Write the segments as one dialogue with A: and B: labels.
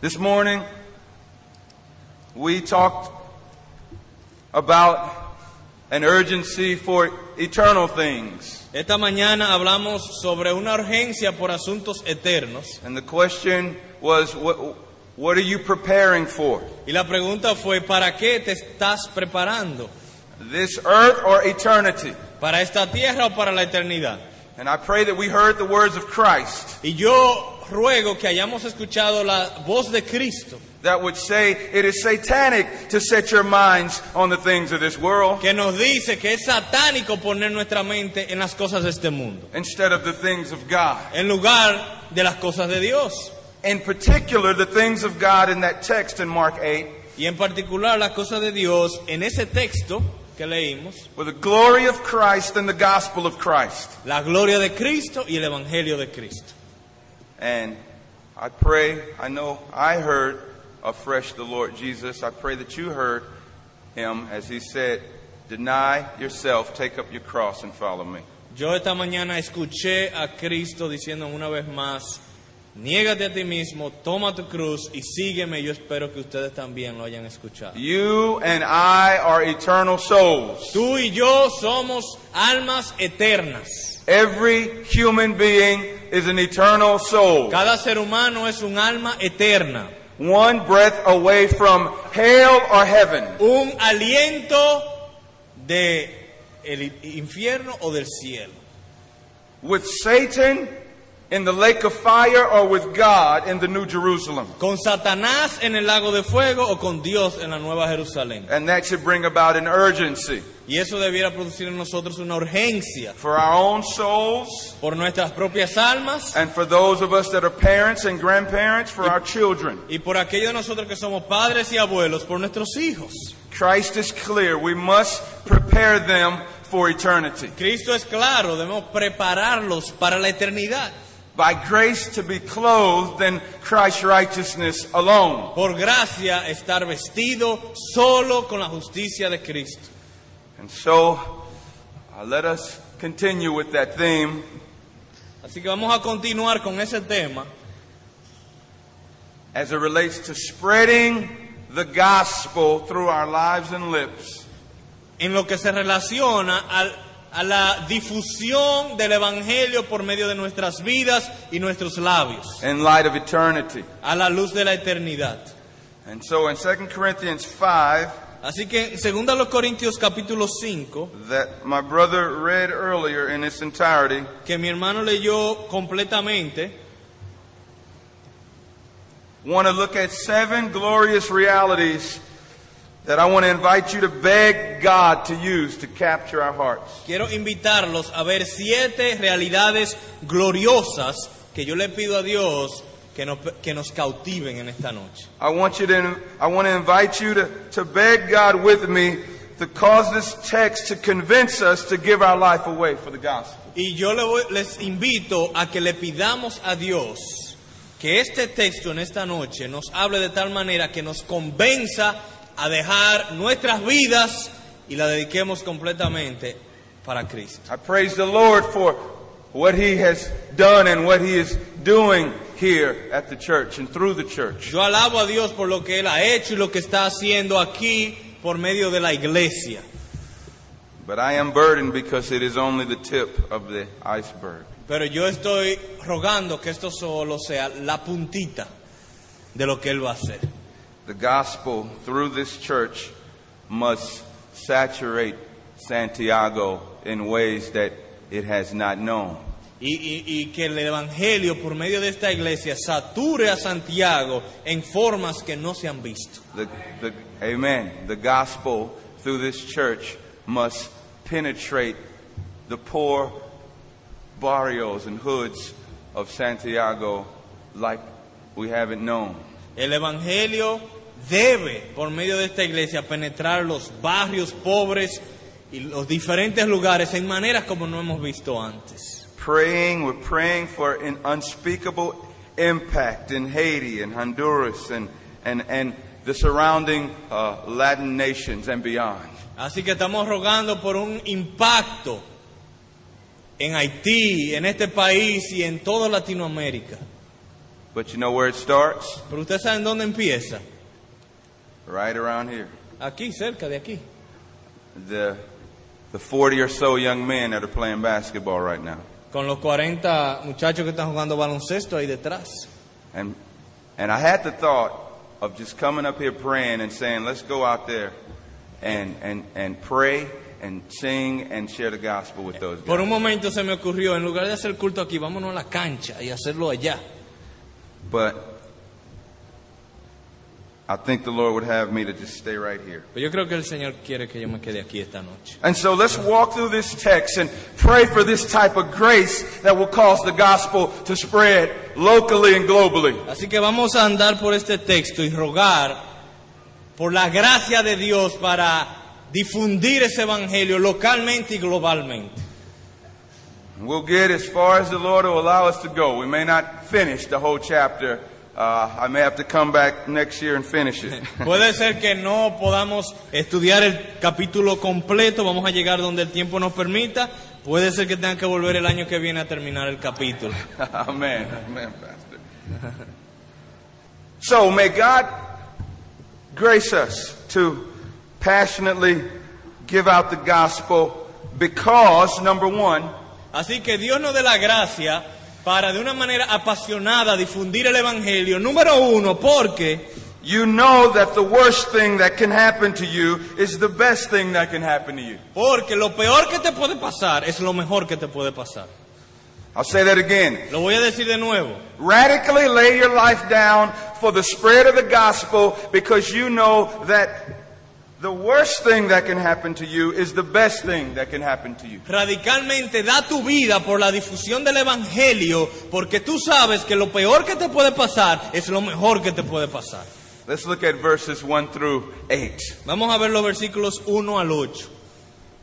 A: This morning, we talked about an urgency for eternal things.
B: Esta mañana hablamos sobre una urgencia por asuntos eternos
A: And the question was, what, what are you preparing for?
B: y la pregunta fue, ¿para qué te estás preparando?
A: This earth or eternity?
B: ¿Para esta tierra o para la eternidad?
A: And I pray that we heard the words of Christ
B: Y yo ruego que hayamos escuchado la voz de Cristo,
A: that would say, it is satanic to set your minds on the things of this world
B: que nos dice que es satánico poner nuestra mente en las cosas de este mundo,
A: instead of the things of God.
B: en lugar de las cosas de Dios,
A: In particular, the things of God in that text in Mark 8
B: y en particular las cosas de Dios en ese texto que leímos,
A: were the glory of Christ and the gospel of Christ.
B: la gloria de Cristo y el Evangelio de Cristo.
A: And I pray, I know I heard afresh the Lord Jesus. I pray that you heard him as he said, Deny yourself, take up your cross, and follow me.
B: Yo esta mañana escuché a Cristo diciendo una vez más, niégate a ti mismo, toma tu cruz y sígueme. Yo espero que ustedes también lo hayan escuchado.
A: You and I are eternal souls.
B: Tú y yo somos almas eternas.
A: Every human being is an eternal soul.
B: Cada ser humano es un alma eterna,
A: One breath away from hell or heaven.
B: un aliento de el infierno o del cielo.
A: With Satan in the lake of fire or with God in the New Jerusalem.
B: Con Satanás en el lago de fuego o con Dios en la Nueva Jerusalén.
A: And that should bring about an urgency.
B: Y eso debiera producir en nosotros una urgencia
A: for our own souls
B: por nuestras propias almas
A: and for those of us that are parents and grandparents, for our children.
B: Y por aquello de nosotros que somos padres y abuelos, por nuestros hijos.
A: Christ is clear. We must prepare them for eternity.
B: Cristo es claro, debemos prepararlos para la eternidad.
A: By grace to be clothed in Christ's righteousness alone.
B: Por gracia estar vestido solo con la justicia de Cristo.
A: And so, uh, let us continue with that theme.
B: Así que vamos a continuar con ese tema
A: As it relates to spreading the gospel through our lives and lips,
B: en lo que se relaciona al- a la difusión del Evangelio por medio de nuestras vidas y nuestros labios,
A: in light of eternity.
B: a la luz de la eternidad.
A: And so in 2 Corinthians 5,
B: Así que, según a los Corintios capítulo 5,
A: that my brother read earlier in its entirety,
B: que mi hermano leyó completamente,
A: want to look at seven glorious realities that I want to invite you to beg God to use to capture our hearts.
B: Quiero invitarlos a ver siete realidades gloriosas que yo le pido a Dios que nos, que nos cautiven en esta noche.
A: I want you to I want to invite you to, to beg God with me to cause this text to convince us to give our life away for the gospel.
B: Y yo le voy- les invito a que le pidamos a Dios que este texto en esta noche nos hable de tal manera que nos convenza a dejar nuestras vidas y la dediquemos completamente para Cristo.
A: I praise the Lord for what he has done and what he is doing here at the church and through the church.
B: Yo alabo a Dios por lo que Él ha hecho y lo que está haciendo aquí por medio de la iglesia.
A: But I am burdened because it is only the tip of the iceberg.
B: Pero yo estoy rogando que esto solo sea la puntita de lo que Él va a hacer.
A: The gospel through this church must saturate Santiago in ways that it has not known.
B: Y, y- y que el Evangelio por medio de esta iglesia sature a Santiago en formas que no se han visto.
A: The, the, amen. The gospel through this church must penetrate the poor barrios and hoods of Santiago like we haven't known.
B: El Evangelio debe por medio de esta iglesia penetrar los barrios pobres y los diferentes lugares en maneras como no hemos visto antes.
A: praying. We're praying for an unspeakable impact in Haiti and Honduras and, and, and the surrounding uh, Latin nations and beyond.
B: Así que estamos rogando por un impacto en Haití, en este país y en toda Latinoamérica.
A: But you know where it starts?
B: Pero ustedes saben dónde empieza.
A: Right around here.
B: Aquí, cerca de aquí.
A: The, the 40 or so young men that are playing basketball right now.
B: Con los 40 muchachos que están jugando baloncesto ahí detrás.
A: And, and I had the thought of just coming up here praying and saying, let's go out there and, and, and pray and sing and share the gospel with those
B: Por
A: guys.
B: un momento se me ocurrió, en lugar de hacer culto aquí, vámonos a la cancha y hacerlo allá.
A: But I think the Lord would have me to just stay right here.
B: Pero yo creo que el Señor quiere que yo me quede aquí esta noche.
A: And so let's walk through this text and pray for this type of grace that will cause the gospel to spread locally and globally.
B: Así que vamos a andar por este texto y rogar por la gracia de Dios para difundir ese evangelio localmente y globalmente.
A: We'll get as far as the Lord will allow us to go. We may not finish the whole chapter. Uh, I may have to come back next year and finish it.
B: Puede ser que no podamos estudiar el capítulo completo, vamos a llegar donde el tiempo nos permita. Puede ser que tengan que volver el año que viene a terminar el capítulo.
A: Amen. Amen, Pastor. So may God grace us to passionately give out the gospel because, number one,
B: Así que Dios nos dé la gracia para de una manera apasionada difundir el Evangelio. Número uno, porque
A: you know that the worst thing that can happen to you is the best thing that can happen to you.
B: Porque lo peor que te puede pasar es lo mejor que te puede pasar.
A: I'll say that again.
B: Lo voy a decir de nuevo.
A: Radically lay your life down for the spread of the gospel because you know that the worst thing that can happen to you is the best thing that can happen to you.
B: Radicalmente da tu vida por la difusión del Evangelio, porque tú sabes que lo peor que te puede pasar es lo mejor que te puede pasar.
A: Let's look at verses 1 through 8.
B: Vamos a ver los versículos 1 al 8.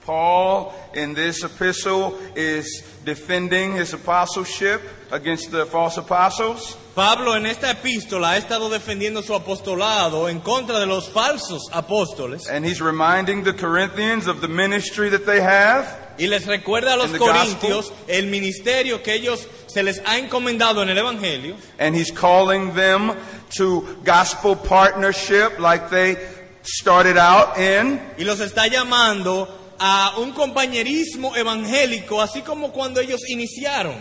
A: Paul, in this epistle, is defending his apostleship against the false apostles.
B: Pablo en esta epístola ha estado defendiendo su apostolado en contra de los falsos apóstoles
A: And he's reminding the Corinthians of the ministry that they have.
B: y les recuerda a los
A: In the gospel.
B: corintios el ministerio que ellos se les ha encomendado en el Evangelio.
A: And he's calling them to gospel partnership like they started out in.
B: Y los está llamando a un compañerismo evangélico, así como cuando ellos iniciaron.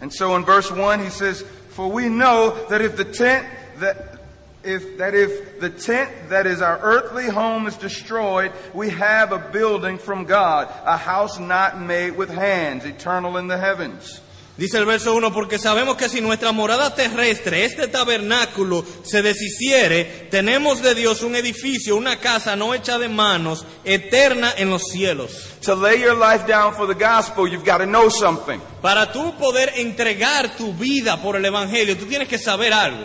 A: And so in verse 1 he says, For we know that if the tent that if that if the tent that is our earthly home is destroyed, we have a building from God, a house not made with hands, eternal in the heavens.
B: Dice el verso 1, porque sabemos que si nuestra morada terrestre, este tabernáculo, se deshiciere, tenemos de Dios un edificio, una casa no hecha de manos, eterna en los cielos.
A: To lay your life down for the gospel, you've got to know something.
B: Para tú poder entregar tu vida por el Evangelio, tú tienes que saber algo.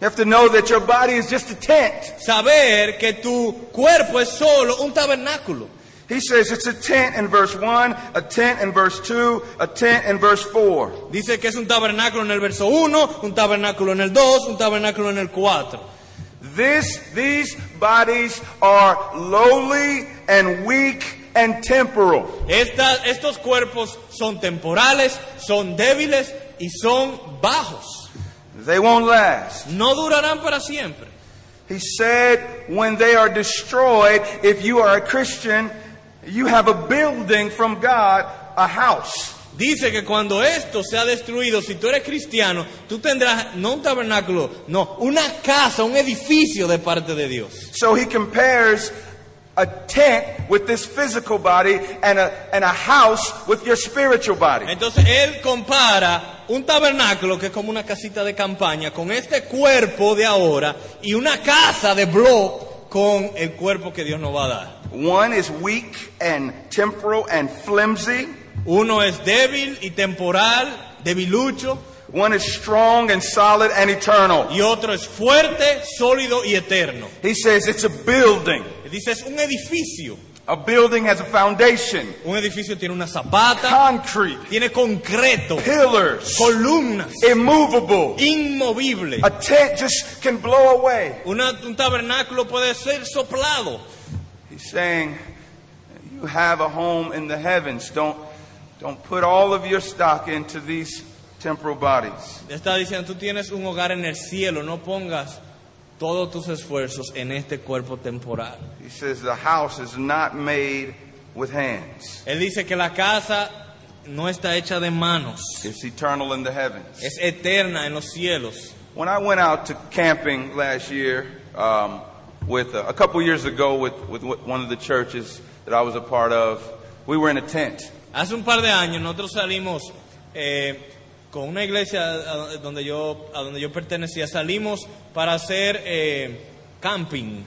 A: You have to know that your body is just a tent.
B: Saber que tu cuerpo es solo un tabernáculo.
A: He says it's a tent in verse 1, a tent in verse 2, a tent in verse 4.
B: Dice que es un tabernáculo en el verso 1, un tabernáculo en el 2, un tabernáculo en el 4.
A: This, these bodies are lowly and weak and temporal.
B: Esta- estos cuerpos son temporales, son débiles y son bajos.
A: They won't last.
B: No durarán para siempre.
A: He said, when they are destroyed, if you are a Christian, you have a building from God, a house.
B: Dice que cuando esto sea destruido, si tú eres cristiano, tú tendrás no un tabernáculo, no, una casa, un edificio de parte de Dios.
A: So he compares a tent with this physical body and a, and a house with your spiritual body.
B: Entonces él compara un tabernáculo que es como una casita de campaña con este cuerpo de ahora y una casa de blog con el cuerpo que Dios nos va a dar.
A: One is weak and temporal and flimsy.
B: Uno es débil y temporal, debilucho,
A: One is strong and solid and eternal.
B: y otro es fuerte, sólido y eterno.
A: He says it's a building.
B: Dice, es un edificio.
A: A building has a foundation,
B: Un edificio tiene una zapata,
A: concrete,
B: tiene concreto,
A: pillars,
B: columnas,
A: immovable.
B: inmovible.
A: A tent just can blow away.
B: Una- un tabernáculo puede ser soplado.
A: He's saying, you have a home in the heavens. Don't, don't put all of your stock into these temporal bodies.
B: Le está diciendo, tú tienes un hogar en el cielo, no pongas todos tus esfuerzos en este cuerpo temporal.
A: He says the house is not made with hands.
B: Él dice que la casa no está hecha de manos,
A: It's eternal in the heavens.
B: es eterna en los cielos.
A: When I went out to camping last year, um, with uh, a couple years ago, with, with one of the churches that I was a part of, we were in a tent.
B: Hace un par de años nosotros salimos eh, con una iglesia a- a donde yo, a donde yo pertenecía, salimos para hacer eh, camping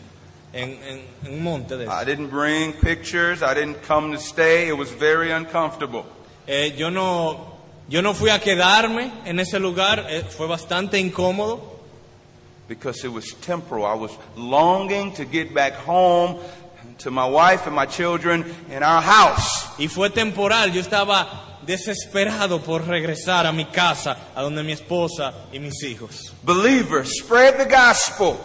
B: en, en- en un monte de esos.
A: I didn't bring pictures. I didn't come to stay. It was very uncomfortable.
B: Eh, yo, no, yo no fui a quedarme en ese lugar, eh, fue bastante incómodo
A: because it was temporal. I was longing to get back home to my wife and my children and our house.
B: y fue temporal. Yo estaba desesperado por regresar a mi casa, a donde mi esposa y mis hijos.
A: Believer, spread the gospel.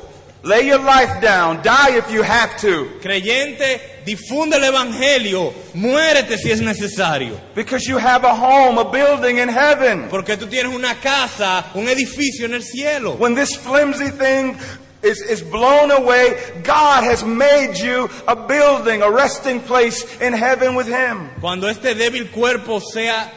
A: Lay your life down. Die if you have to.
B: Creyente, difunde el Evangelio, muérete si es necesario,
A: Because you have a home, a building in heaven.
B: porque tú tienes una casa, un edificio en el cielo.
A: When this flimsy thing is, is blown away, God has made you a building, a resting place in heaven with Him.
B: Cuando este débil cuerpo sea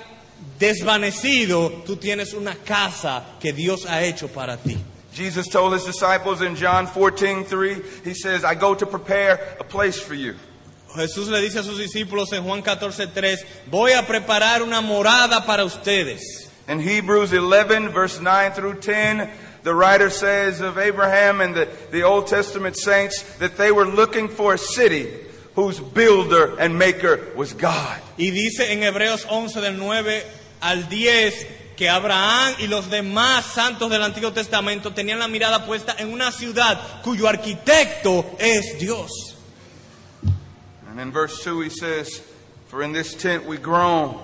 B: desvanecido, tú tienes una casa que Dios ha hecho para ti.
A: Jesus told His disciples in John 14 3, He says, I go to prepare a place for you.
B: Jesús le dice a sus discípulos en Juan 14:3, voy a preparar una morada para ustedes.
A: In Hebrews 11, verse 9 through 10, the writer says of Abraham and the, the Old Testament saints that they were looking for a city whose builder and maker was God.
B: Y dice en Hebreos 11 del 9 al 10 que Abraham y los demás santos del Antiguo Testamento tenían la mirada puesta en una ciudad cuyo arquitecto es Dios.
A: And in verse 2, he says, For in this tent we groan,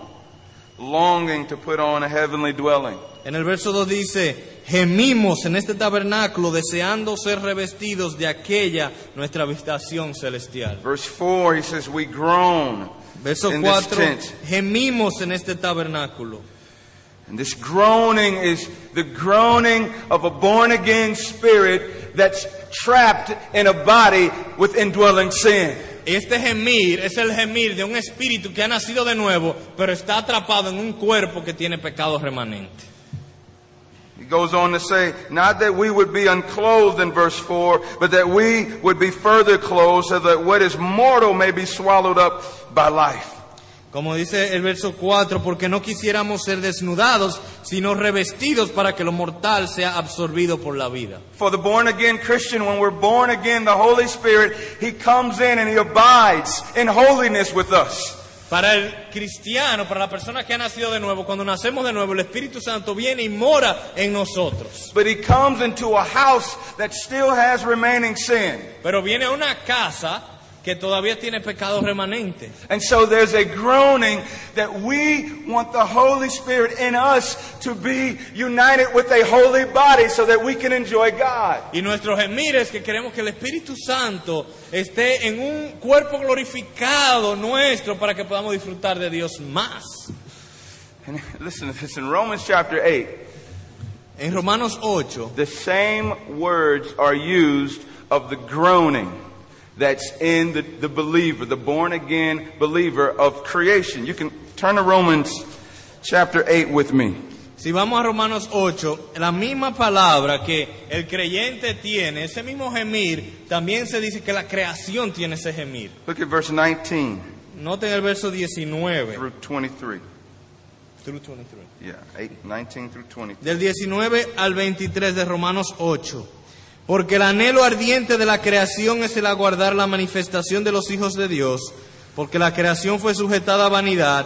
A: longing to put on a heavenly dwelling.
B: En el verso 2 dice, gemimos en este tabernáculo deseando ser revestidos de aquella nuestra habitación celestial.
A: Verse 4, he says, We groan
B: Verso
A: in this
B: 4,
A: tent.
B: gemimos en este tabernáculo.
A: And this groaning is the groaning of a born again spirit that's trapped in a body with indwelling sin.
B: Este gemir es el gemir de un espíritu que ha nacido de nuevo, pero está atrapado en un cuerpo que tiene pecado remanente.
A: He goes on to say, not that we would be unclothed in verse 4, but that we would be further clothed so that what is mortal may be swallowed up by life.
B: Como dice el verso 4, porque no quisiéramos ser desnudados, sino revestidos para que lo mortal sea absorbido por la vida.
A: For the born again Christian, when we're born again, the Holy Spirit, He comes in and He abides in holiness with us.
B: Para el cristiano, para la persona que ha nacido de nuevo, cuando nacemos de nuevo, el Espíritu Santo viene y mora en nosotros.
A: But He comes into a house that still has remaining sin.
B: Pero viene a una casa que todavía tiene pecado remanente.
A: And so there's a groaning that we want the Holy Spirit in us to be united with a holy body so that we can enjoy God.
B: Y nuestro gemir es que queremos que el Espíritu Santo esté en un cuerpo glorificado nuestro para que podamos disfrutar de Dios más.
A: And listen to this in Romans chapter 8,
B: En Romanos 8,
A: the same words are used of the groaning that's in the, the believer, the born again believer of creation. You can turn to Romans chapter 8 with me.
B: si vamos a Romanos 8, la misma palabra que el creyente tiene, ese mismo gemir, también se dice que la creación tiene ese gemir.
A: Look at verse 19
B: Noten el verso 19.
A: through 23.
B: through 23.
A: Yeah, 8, 19 through 23.
B: Del 19 al 23 de Romanos 8. Porque el anhelo ardiente de la creación es el aguardar la manifestación de los hijos de Dios, porque la creación fue sujetada a vanidad,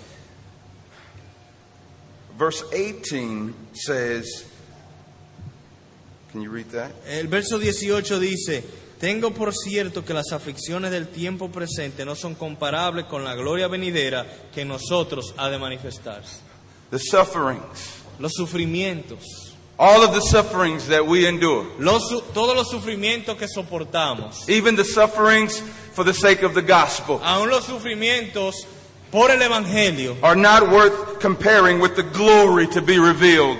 A: Verse 18 says, Can you read that?
B: El verso 18 dice, tengo por cierto que las aflicciones del tiempo presente no son comparables con la gloria venidera que en nosotros ha de manifestarse.
A: The sufferings,
B: Los sufrimientos,
A: all of the sufferings that we endure,
B: los su- todos los sufrimientos que soportamos,
A: even the sufferings for the sake of the gospel,
B: aun los sufrimientos por el Evangelio,
A: are not worth comparing with the glory to be revealed.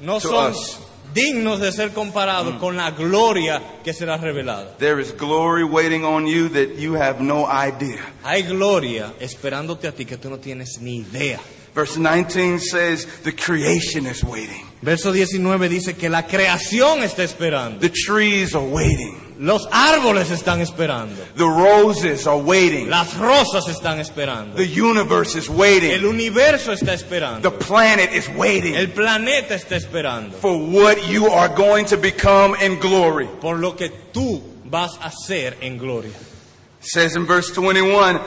B: no
A: To
B: son
A: us.
B: dignos de ser comparados con la gloria que será revelada.
A: There is glory waiting on you that you have no idea.
B: Hay gloria esperándote a ti que tú no tienes ni idea.
A: Verse 19 says, The creation is waiting,
B: Verso 19 dice que la creación está esperando,
A: the trees are waiting,
B: los árboles están esperando,
A: the roses are waiting,
B: las rosas están esperando,
A: the universe is
B: el
A: waiting,
B: universo está
A: the
B: esperando,
A: planet is waiting
B: el planeta está esperando,
A: for what you are going to become in glory.
B: por lo que tú vas a ser en gloria.
A: It says in verse 21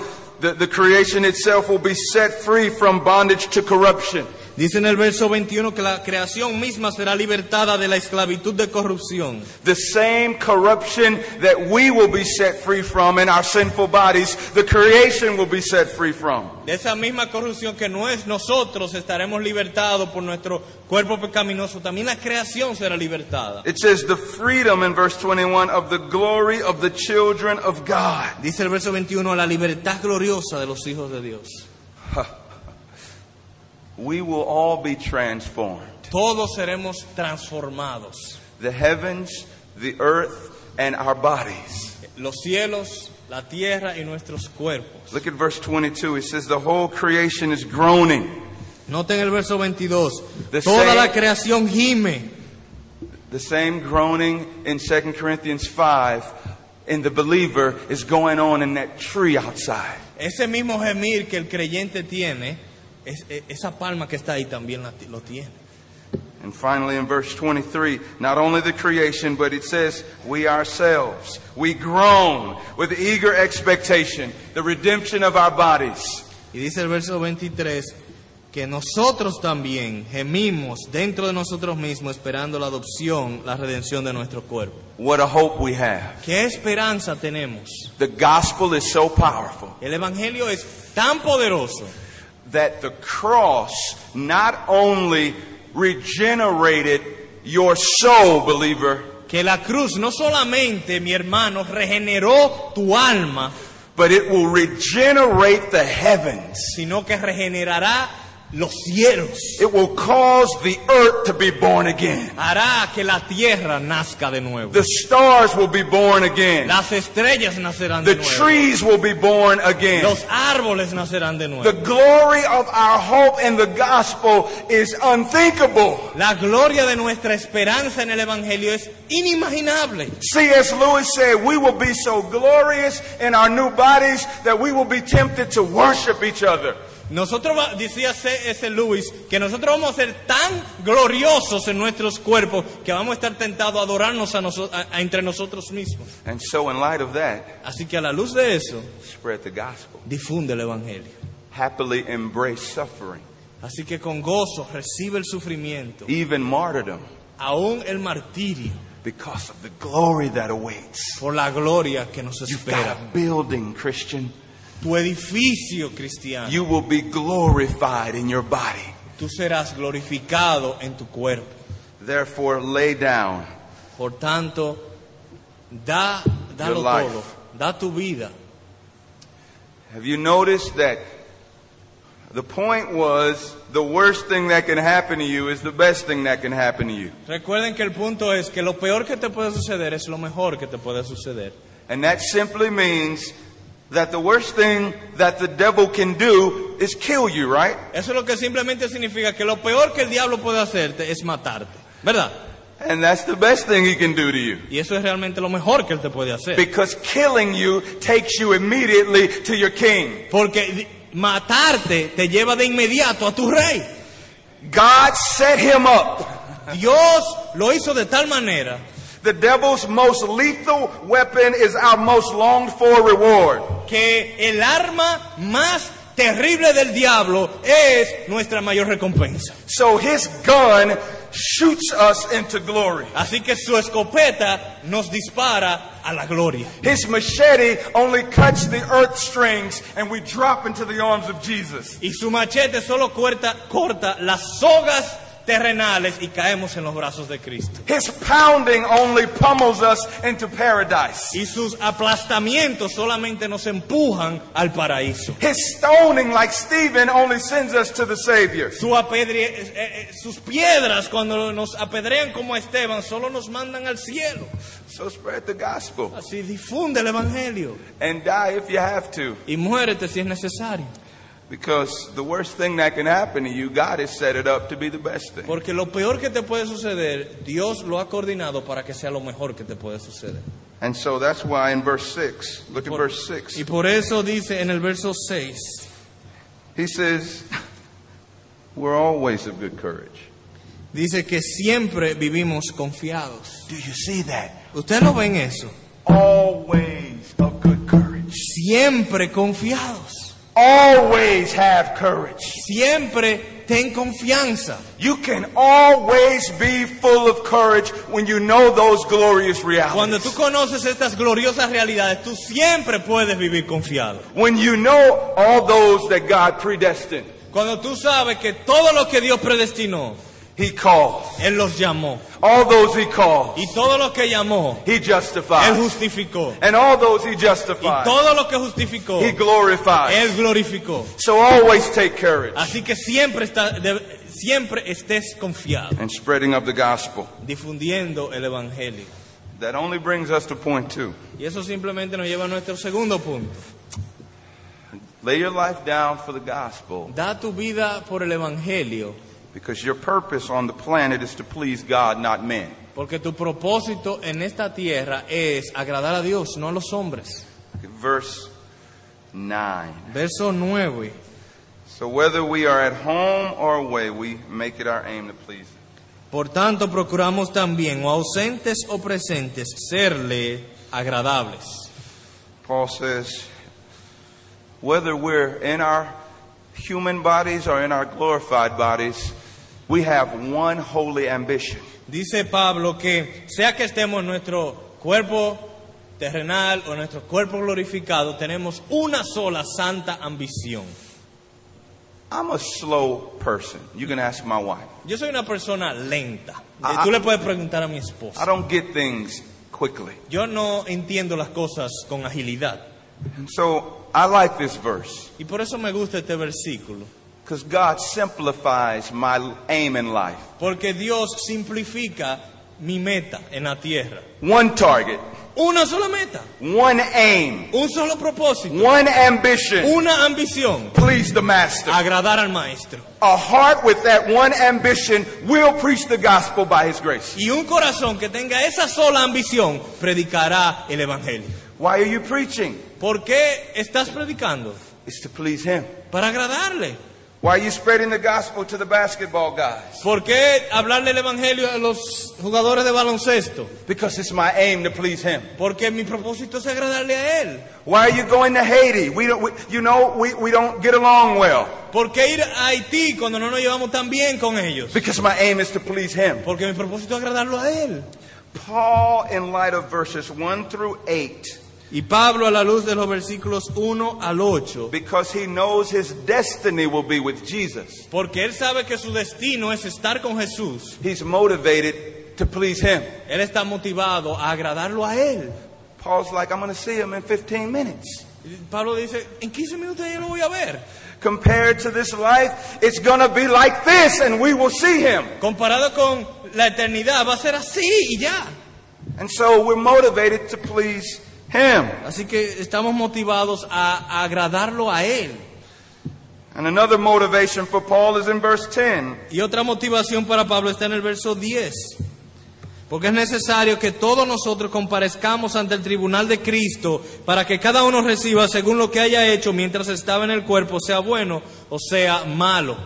A: that the creation itself will be set free from bondage to corruption.
B: Dice en el verso 21 que la creación misma será libertada de la esclavitud de corrupción.
A: The same corruption that we will be set free from in our sinful bodies, the creation will be set free from.
B: De esa misma corrupción que no es nosotros estaremos libertados por nuestro cuerpo pecaminoso, también la creación será libertada.
A: It says the freedom in verse 21 of the glory of the children of God.
B: Dice el verso 21, la libertad gloriosa de los hijos de Dios.
A: We will all be transformed.
B: Todos seremos transformados.
A: The heavens, the earth, and our bodies.
B: Los cielos, la tierra y nuestros cuerpos.
A: Look at verse 22. It says the whole creation is groaning.
B: Noten el verso 22.
A: The
B: Toda
A: same-
B: la creación gime.
A: The same groaning in 2 Corinthians 5 in the believer is going on in that tree outside.
B: Ese mismo gemir que el creyente tiene, es- e- esa palma que está ahí también la ti- lo tiene.
A: And finally, in verse 23, not only the creation, but it says, We ourselves, we groan with eager expectation, the redemption of our bodies.
B: Y dice el verso 23 que nosotros también gemimos dentro de nosotros mismos esperando la adopción, la redención de nuestro cuerpo.
A: What a hope we have.
B: ¿Qué esperanza tenemos?
A: The gospel is so powerful
B: El Evangelio es tan poderoso
A: that the cross not only regenerated your soul, believer,
B: que la cruz no solamente, mi hermano, regeneró tu alma,
A: but it will regenerate the heavens.
B: sino que regenerará los cielos.
A: It will cause the earth to be born again.
B: Hará que la tierra nazca de nuevo.
A: The stars will be born again.
B: Las estrellas nacerán de
A: The
B: nuevo.
A: trees will be born again.
B: Los árboles nacerán de
A: The
B: nuevo.
A: glory of our hope in the gospel is unthinkable.
B: La gloria de nuestra esperanza en el Evangelio es inimaginable.
A: C.S. Lewis said, We will be so glorious in our new bodies that we will be tempted to worship each other.
B: Nosotros, va- decía C.S. Lewis, que nosotros vamos a ser tan gloriosos en nuestros cuerpos que vamos a estar tentados a adorarnos a noso- a- a entre nosotros mismos.
A: And so, in light of that,
B: Así que a la luz de eso,
A: spread the gospel.
B: difunde el Evangelio.
A: Happily embrace suffering,
B: Así que con gozo recibe el sufrimiento,
A: even martyrdom,
B: aún el martirio,
A: because of the glory that awaits.
B: por la gloria que nos
A: You've got a
B: espera.
A: building, Christian.
B: Tu edificio cristiano,
A: You will be glorified in your body.
B: tú serás glorificado en tu cuerpo.
A: Therefore, lay down
B: Por tanto, da, dalo
A: Your life.
B: todo, da tu vida.
A: Have you noticed that the point was the worst thing that can happen to you is the best thing that can happen to you?
B: Recuerden que el punto es que lo peor que te puede suceder es lo mejor que te puede suceder.
A: And that simply means that the worst thing that the devil can do is kill you, right?
B: Eso es lo que simplemente significa que lo peor que el diablo puede hacerte es matarte, ¿verdad?
A: And that's the best thing he can do to you.
B: Y eso es realmente lo mejor que él te puede hacer.
A: Because killing you takes you immediately to your king.
B: Porque di- matarte te lleva de inmediato a tu rey.
A: God set him up.
B: Dios lo hizo de tal manera.
A: The devil's most lethal weapon is our most longed for reward.
B: que el arma más terrible del diablo es nuestra mayor recompensa.
A: So his gun shoots us into glory.
B: Así que su escopeta nos dispara a la gloria.
A: His machete only cuts the earth strings and we drop into the arms of Jesus.
B: Y su machete solo corta, corta las sogas terrenales y caemos en los brazos de Cristo.
A: His pounding only pummels us into paradise.
B: Y sus aplastamientos solamente nos empujan al paraíso.
A: His stoning, like Stephen, only sends us to the Savior.
B: Su apedre- eh, eh, sus piedras cuando nos apedrean como a Esteban solo nos mandan al cielo.
A: So spread the gospel
B: Así difunde el Evangelio
A: and die if you have to.
B: y muérete si es necesario.
A: Because the worst thing that can happen to you, God has set it up to be the best thing.
B: Porque lo peor que te puede suceder, Dios lo ha coordinado para que sea lo mejor que te puede suceder.
A: And so that's why in verse 6, look at verse 6.
B: Y por eso dice en el verso 6,
A: He says, We're always of good courage.
B: dice que siempre vivimos confiados.
A: Do you see that?
B: ¿Ustedes lo ven eso?
A: Always of good courage.
B: Siempre confiados.
A: Always have courage.
B: Siempre ten confianza.
A: You can always be full of courage when you know those glorious
B: Cuando
A: realities.
B: tú conoces estas gloriosas realidades, tú siempre puedes vivir confiado.
A: When you know all those that God predestined,
B: Cuando tú sabes que todo lo que Dios predestinó,
A: He called.
B: Él los llamó.
A: All those He called,
B: Y todo lo que llamó,
A: He
B: Él
A: justified.
B: justificó.
A: And all those He
B: Y
A: justified,
B: todo lo que justificó,
A: He glorified.
B: Él glorificó.
A: So always take courage.
B: Así que siempre, está, de- siempre estés confiado,
A: And spreading of the gospel.
B: difundiendo el Evangelio.
A: That only brings us to point two.
B: Y eso simplemente nos lleva a nuestro segundo punto.
A: Lay your life down for the gospel
B: Da tu vida por el Evangelio,
A: because your purpose on the planet is to please God, not men.
B: porque tu propósito en esta tierra es agradar a Dios, no a los hombres.
A: Verse 9.
B: Verso 9.
A: So whether we are at home or away, we make it our aim to please Him.
B: Por tanto, procuramos también, o ausentes o presentes, serle agradables.
A: Paul says, whether we're in our human bodies or in our glorified bodies, we have one holy ambition.
B: Dice Pablo que sea que estemos en nuestro cuerpo terrenal o nuestro cuerpo glorificado, tenemos una sola santa ambición.
A: I'm a slow person. You can ask my wife.
B: Yo soy una persona lenta.
A: Ah.
B: Tú le puedes preguntar a mi
A: I
B: esposa.
A: don't get things quickly.
B: Yo no entiendo las cosas con agilidad.
A: And so I like this verse.
B: Y por eso me gusta este versículo.
A: Because God simplifies my aim in life.
B: Porque Dios simplifica mi meta en la tierra.
A: One target,
B: Una sola meta,
A: one aim,
B: un solo propósito,
A: one ambition.
B: una ambición.
A: Please the Master.
B: Agradar al Maestro.
A: A heart with that one ambition will preach the gospel by His grace.
B: Y un corazón que tenga esa sola ambición predicará el Evangelio.
A: Why are you preaching?
B: ¿Por qué estás predicando?
A: It's to please Him.
B: Para agradarle.
A: Why are you spreading the gospel to the basketball guys?
B: ¿Por qué hablarle el Evangelio a los jugadores de baloncesto?
A: Because it's my aim to please Him.
B: Porque mi propósito es agradarle a Él.
A: Why are you going to Haiti? We don't, we, you know, we, we don't get along well.
B: ¿Por qué ir a Haití cuando no nos llevamos tan bien con ellos?
A: Because my aim is to please Him.
B: Porque mi propósito es agradarlo a Él.
A: Paul, in light of verses 1 through 8,
B: Y Pablo a la luz de los versículos 1 al 8,
A: Because he knows his destiny will be with Jesus.
B: porque él sabe que su destino es estar con Jesús,
A: He's motivated to please him.
B: él está motivado a agradarlo a Él.
A: Paul's like, I'm going to see him in 15 minutes.
B: Y Pablo dice, en 15 minutos yo lo voy a ver.
A: Compared to this life, it's going to be like this, and we will see him.
B: Comparado con la eternidad, va a ser así y ya.
A: And so we're motivated to please him.
B: Así que estamos motivados a, a agradarlo a Él.
A: And another motivation for Paul is in verse 10.
B: Y otra motivación para Pablo está en el verso 10. Porque es necesario que todos nosotros comparezcamos ante el tribunal de Cristo para que cada uno reciba según lo que haya hecho mientras estaba en el cuerpo, sea bueno o sea malo.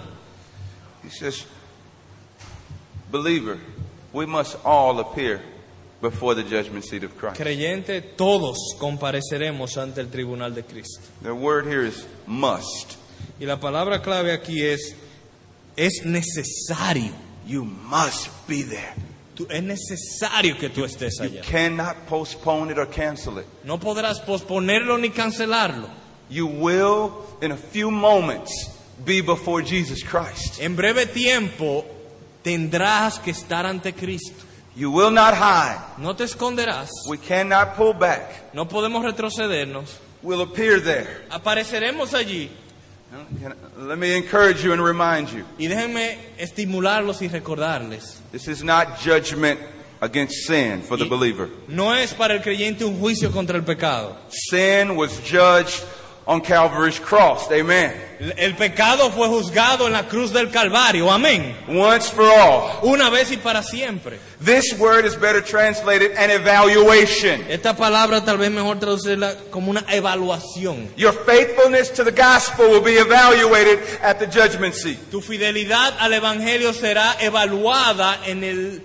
A: He says, Believer, we must all appear before the judgment seat of Christ.
B: Creyente, todos compareceremos ante el tribunal de Cristo.
A: The word here is must.
B: Y la palabra clave aquí es, es necesario.
A: You must be there.
B: Tú- es necesario que tú estés
A: You
B: allá.
A: cannot postpone it or cancel it.
B: No podrás posponerlo ni cancelarlo.
A: You will, in a few moments, be before Jesus Christ.
B: En breve tiempo tendrás que estar ante Cristo.
A: You will not hide.
B: No te esconderás.
A: We cannot pull back.
B: No podemos retrocedernos.
A: We'll appear there.
B: Apareceremos allí.
A: Let me encourage you and remind you
B: Y déjenme estimularlos y recordarles.
A: this is not judgment against sin for the believer.
B: No es para el creyente un juicio contra el pecado.
A: Sin was judged on Calvary's cross. Amen.
B: El- El pecado fue juzgado en la cruz del Calvario. Amén.
A: Once for all.
B: Una vez y para siempre.
A: This word is better translated an evaluation.
B: Esta palabra tal vez mejor traducirla como una evaluación.
A: Your faithfulness to the gospel will be evaluated at the judgment seat.
B: Tu fidelidad al Evangelio será evaluada en, el,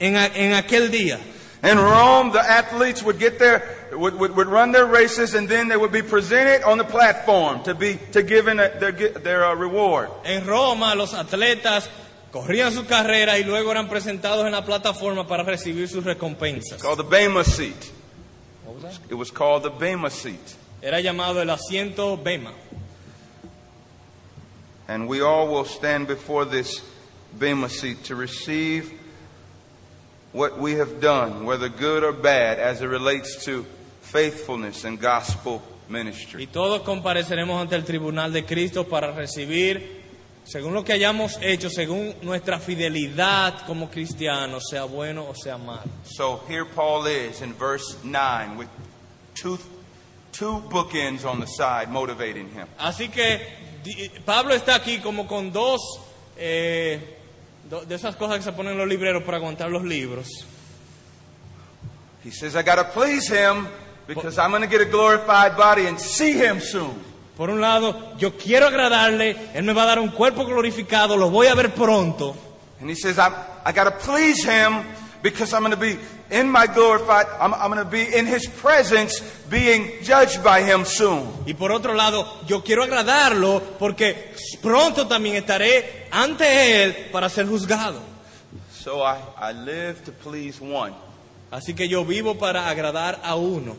B: en, a- en aquel día.
A: In Rome, the athletes would get their would, would, would run their races and then they would be presented on the platform to be to give in a, their their uh, reward.
B: En Roma los atletas corrían su carrera y luego eran presentados en la plataforma para recibir sus recompensas.
A: called the Bema seat. It was called the Bema seat.
B: Era llamado el asiento Bema.
A: And we all will stand before this Bema seat to receive what we have done, whether good or bad, as it relates to faithfulness and gospel
B: Y
A: ministry.
B: todos compareceremos ante el tribunal de Cristo para recibir, según lo que hayamos hecho, según nuestra fidelidad como cristianos, sea bueno o sea malo.
A: So here Paul is in verse 9 with two, two bookends on the side motivating him.
B: Así que di- Pablo está aquí como con dos eh, do- de esas cosas que se ponen en los libreros para aguantar los libros.
A: He says, I got to please him because I'm going to get a glorified body and see him soon.
B: Por un lado, yo quiero agradarle, él me va a dar un cuerpo glorificado, lo voy a ver pronto.
A: And he says, I'm, I got to please him because I'm going to be in my glorified, I'm, I'm going to be in his presence being judged by him soon.
B: Y por otro lado, yo quiero agradarlo porque pronto también estaré ante él para ser juzgado.
A: So I, I live to please one.
B: Así que yo vivo para agradar a uno.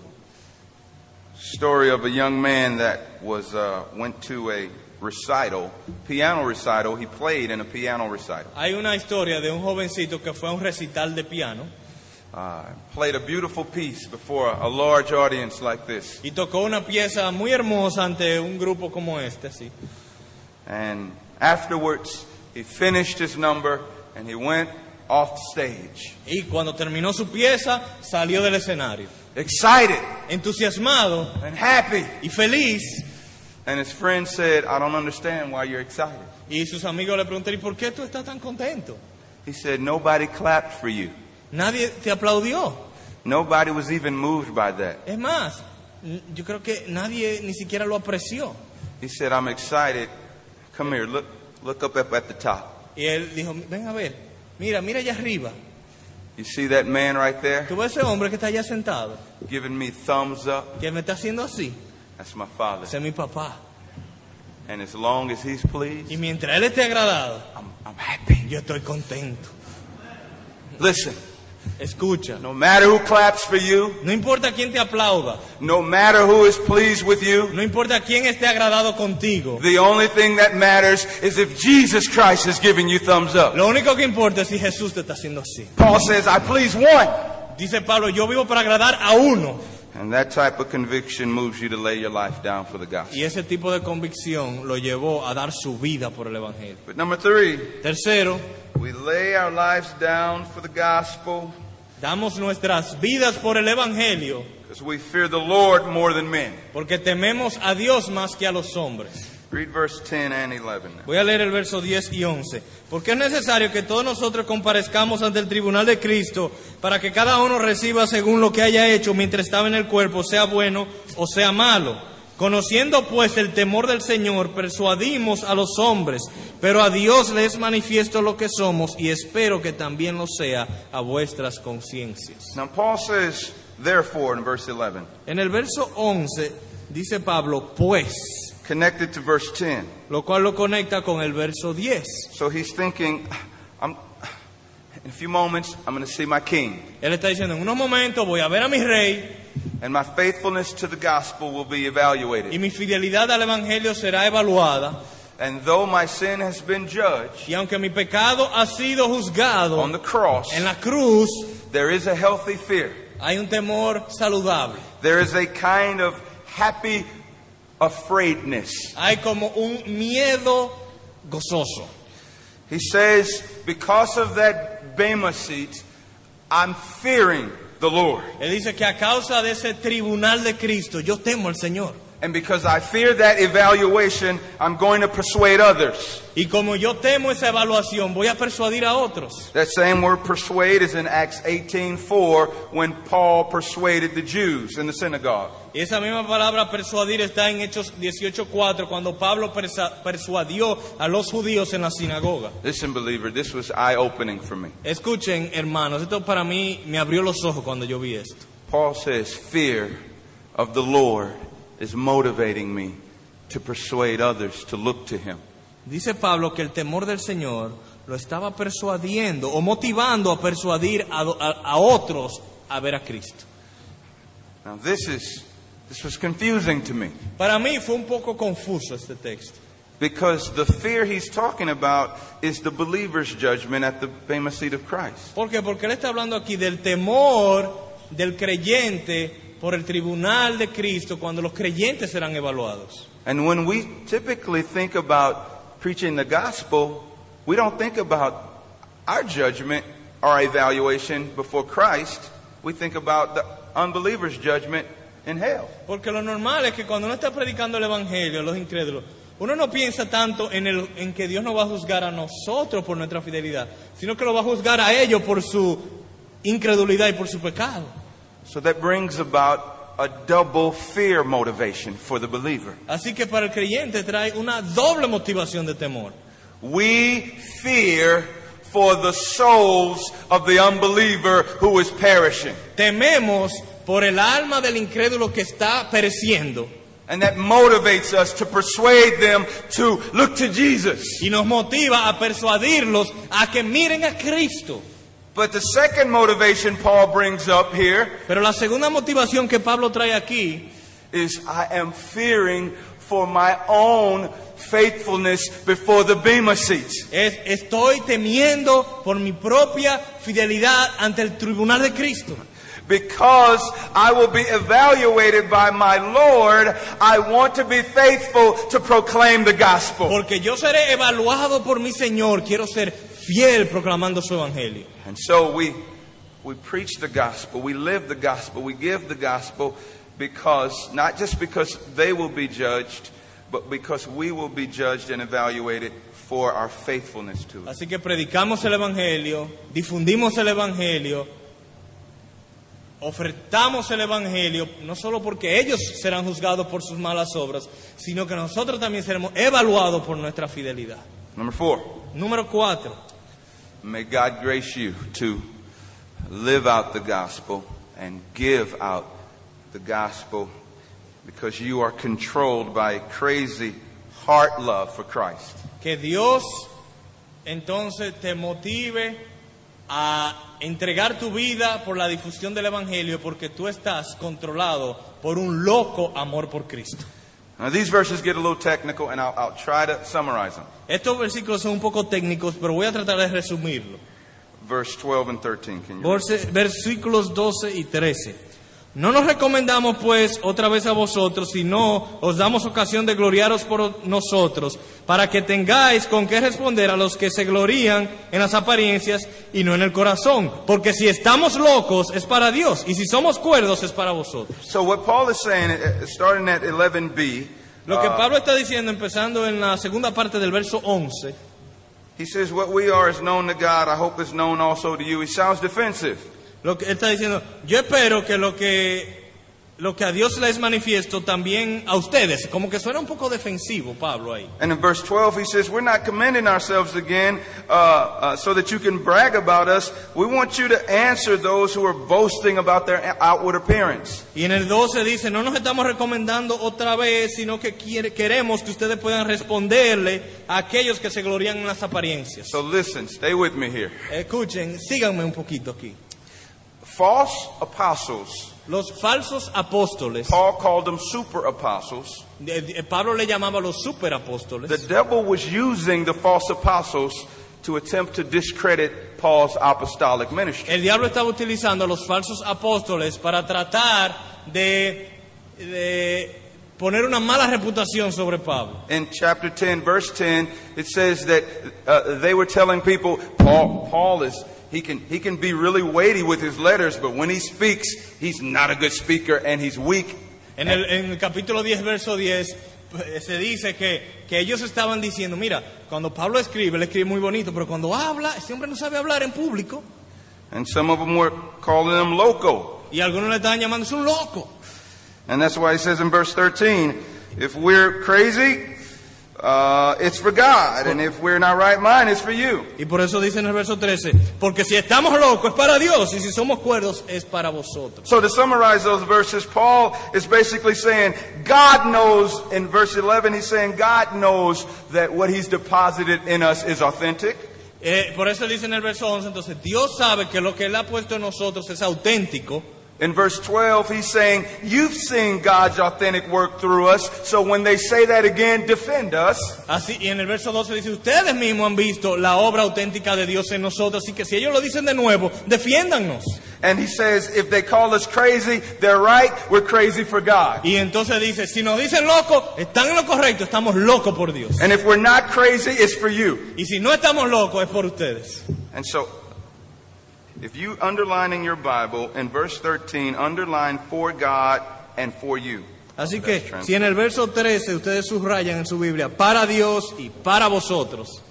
A: Story of a young man that was, uh, went to a recital, piano recital. He played in a piano recital.
B: Hay una historia de un jovencito que fue a un recital de piano
A: Uh, played a beautiful piece before a large audience like this.
B: y tocó una pieza muy hermosa ante un grupo como este, sí.
A: And afterwards, he finished his number and he went off stage.
B: Y cuando terminó su pieza, salió del escenario,
A: Excited
B: entusiasmado
A: and happy.
B: y feliz.
A: And his friend said, I don't understand why you're excited.
B: Y sus amigos le preguntaron, ¿y por qué tú estás tan contento?
A: He said, Nobody clapped for you.
B: Nadie te aplaudió.
A: Nobody was even moved by that.
B: Es más, n- yo creo que nadie ni siquiera lo apreció.
A: He said, I'm excited. Come here, look, look up, up at the top.
B: Y él dijo, ven a ver, mira, mira allá arriba.
A: You see that man right there
B: Tú ves ese hombre que está allá sentado,
A: giving me thumbs up?
B: que me está haciendo así.
A: That's my father.
B: Ese es mi papá.
A: And as long as he's pleased,
B: Y mientras él esté agradado,
A: I'm, I'm happy.
B: yo estoy contento.
A: Listen,
B: Escucha,
A: no matter who claps for you,
B: no importa quién te aplauda,
A: no matter who is pleased with you,
B: no importa quién esté agradado contigo.
A: the only thing that matters is if Jesus Christ is giving you thumbs up.
B: Lo único que importa es si Jesús te está haciendo así.
A: Paul says, I please one.
B: Dice Pablo, yo vivo para agradar a uno.
A: And that type of conviction moves you to lay your life down for the gospel.
B: Y ese tipo de convicción lo llevó a dar su vida por el Evangelio.
A: But number three,
B: Tercero,
A: we lay our lives down for the gospel
B: damos nuestras vidas por el Evangelio
A: because we fear the Lord more than men.
B: porque tememos a Dios más que a los hombres.
A: Read verse 10 and 11 now.
B: Voy a leer el verso 10 y 11. Porque es necesario que todos nosotros comparezcamos ante el tribunal de Cristo para que cada uno reciba según lo que haya hecho mientras estaba en el cuerpo, sea bueno o sea malo. Conociendo pues el temor del Señor, persuadimos a los hombres, pero a Dios les manifiesto lo que somos y espero que también lo sea a vuestras conciencias.
A: Now, Paul says, therefore, in verse 11,
B: En el verso 11 dice Pablo, pues,
A: connected to verse 10.
B: lo cual lo conecta con el verso 10.
A: So he's thinking, I'm, In a few moments, I'm going to see my king,
B: Él está diciendo, en unos momentos voy a ver a mi rey
A: and my faithfulness to the gospel will be evaluated.
B: y mi fidelidad al Evangelio será evaluada.
A: And though my sin has been judged
B: Y aunque mi pecado ha sido juzgado
A: on the cross,
B: en la cruz,
A: there is a healthy fear.
B: hay un temor saludable.
A: There is a kind of happy afraidness.
B: Hay como un miedo gozoso.
A: He says, Because of that Bema seat, I'm fearing the Lord.
B: Él dice que a causa de ese tribunal de Cristo, yo temo al Señor.
A: And because I fear that evaluation, I'm going to persuade others.
B: Y como yo temo esa evaluación, voy a persuadir a otros.
A: That same word persuade is in Acts 18:4 when Paul persuaded the Jews in the synagogue.
B: Y esa misma palabra persuadir está en Hechos 18.4, cuando Pablo persa- persuadió a los judíos en la sinagoga.
A: Listen, believer, this was eye-opening for me.
B: Escuchen, hermanos, esto para mí me abrió los ojos cuando yo vi esto.
A: Paul says, "Fear of the Lord is motivating me to persuade others to look to him."
B: Dice Pablo que el temor del Señor lo estaba persuadiendo o motivando a persuadir a, do- a- a otros a ver a Cristo.
A: Now this is this was confusing to me
B: Para mí fue un poco confuso este texto,
A: because the fear he's talking about is the believer's judgment at the Bema seat of Christ.
B: ¿Por qué? Porque él está hablando aquí del temor del creyente por el tribunal de Cristo cuando los creyentes serán evaluados.
A: And when we typically think about preaching the gospel, we don't think about our judgment, our evaluation before Christ. We think about the unbeliever's judgment in hell.
B: Porque lo normal es que cuando uno está predicando el Evangelio a los incrédulos, uno no piensa tanto en, el, en que Dios no va a juzgar a nosotros por nuestra fidelidad, sino que lo va a juzgar a ellos por su incredulidad y por su pecado.
A: So that brings about a double fear motivation for the believer.
B: Así que para el creyente trae una doble motivación de temor.
A: We fear for the souls of the unbeliever who is perishing.
B: Tememos por el alma del incrédulo que está pereciendo
A: And that motivates us to persuade them to look to Jesus.
B: y nos motiva a persuadirlos a que miren a Cristo.
A: But the second motivation Paul brings up here
B: Pero la segunda motivación que Pablo trae aquí
A: is I am fearing for my own faithfulness before the Bema seat.
B: Es- estoy temiendo por mi propia fidelidad ante el tribunal de Cristo.
A: Because I will be evaluated by my Lord, I want to be faithful to proclaim the gospel.
B: Porque yo seré evaluado por mi Señor. Quiero ser fiel proclamando su evangelio.
A: And so we we preach the gospel, we live the gospel, we give the gospel because not just because they will be judged, but because we will be judged and evaluated for our faithfulness to it.
B: Así que predicamos el evangelio, difundimos el evangelio, ofertamos el evangelio, no solo porque ellos serán juzgados por sus malas obras, sino que nosotros también seremos evaluados por nuestra fidelidad.
A: Number 4.
B: Número cuatro.
A: May God grace you to live out the gospel and give out the gospel because you are controlled by a crazy heart love for Christ.
B: Que Dios entonces te motive a entregar tu vida por la difusión del Evangelio porque tú estás controlado por un loco amor por Cristo.
A: Now, these verses get a little technical, and I'll, I'll try to summarize them.
B: Estos versículos son un poco técnicos, pero voy a tratar de resumirlo.
A: Verse 12 and 13. Can you? read?
B: Verse- Versículos 12 y 13. No nos recomendamos pues otra vez a vosotros, sino os damos ocasión de gloriaros por nosotros, para que tengáis con qué responder a los que se glorían en las apariencias y no en el corazón. Porque si estamos locos es para Dios, y si somos cuerdos es para vosotros.
A: So, what Paul is saying, uh, starting at 11b,
B: Lo que Pablo está diciendo, empezando en la segunda parte del verso 11,
A: he says, What we are is known to God. I hope is known also to you. He sounds defensive.
B: Lo que él está diciendo, yo espero que lo que Lo que a Dios les manifiesto también a ustedes. Como que suena un poco defensivo Pablo ahí.
A: And in verse 12, he says, We're not commending ourselves again uh, uh, so that you can brag about us. We want you to answer those who are boasting about their outward appearance.
B: Y en el 12 dice, no nos estamos recomendando otra vez, sino que quiere- queremos que ustedes puedan responderle a aquellos que se glorían en las apariencias.
A: So listen, stay with me here.
B: Escuchen, síganme un poquito aquí.
A: False apostles,
B: Los falsos apóstoles,
A: Paul called them super apostles.
B: eh, eh, Pablo le llamaba los superapóstoles.
A: The devil was using the false apostles to attempt to discredit Paul's apostolic ministry.
B: El diablo estaba utilizando a los falsos apóstoles para tratar de, de poner una mala reputación sobre Pablo.
A: In chapter 10, verse 10, it says that uh, they were telling people, Paul, Paul is, he can, he can be really weighty with his letters, but when he speaks, he's not a good speaker and he's weak.
B: En el, en el capítulo 10, verso 10, eh, se dice que, que ellos estaban diciendo, mira, cuando Pablo escribe, él escribe muy bonito, pero cuando habla, ese hombre no sabe hablar en público.
A: And some of them were calling him loco.
B: Y algunos le estaban llamando, es un loco.
A: And that's why he says in verse 13, if we're crazy, uh, it's for God. And if we're in our right mind, it's for you.
B: Y por eso dice en el verso 13, porque si estamos locos es para Dios y si somos cuerdos es para vosotros.
A: So to summarize those verses, Paul is basically saying, God knows, in verse 11, he's saying, God knows that what he's deposited in us is authentic.
B: Eh, por eso dice en el verso 11, entonces Dios sabe que lo que Él ha puesto en nosotros es auténtico.
A: In verse 12, he's saying, You've seen God's authentic work through us, so when they say that again, defend us.
B: Así, y en el verso 12 dice, ustedes mismos han visto la obra auténtica de Dios en nosotros, así que si ellos lo dicen de nuevo, defiéndanos.
A: And he says, If they call us crazy, they're right, we're crazy for God.
B: Y entonces dice, si nos dicen locos, están en lo correcto, estamos locos por Dios.
A: And if we're not crazy, it's for you.
B: Y si no estamos locos, es por ustedes.
A: And so, if you underline in your Bible, in verse 13, underline for God and for you.
B: Así que,
A: That's true.
B: si en el verso 13 ustedes subrayan en su Biblia, para Dios y para vosotros,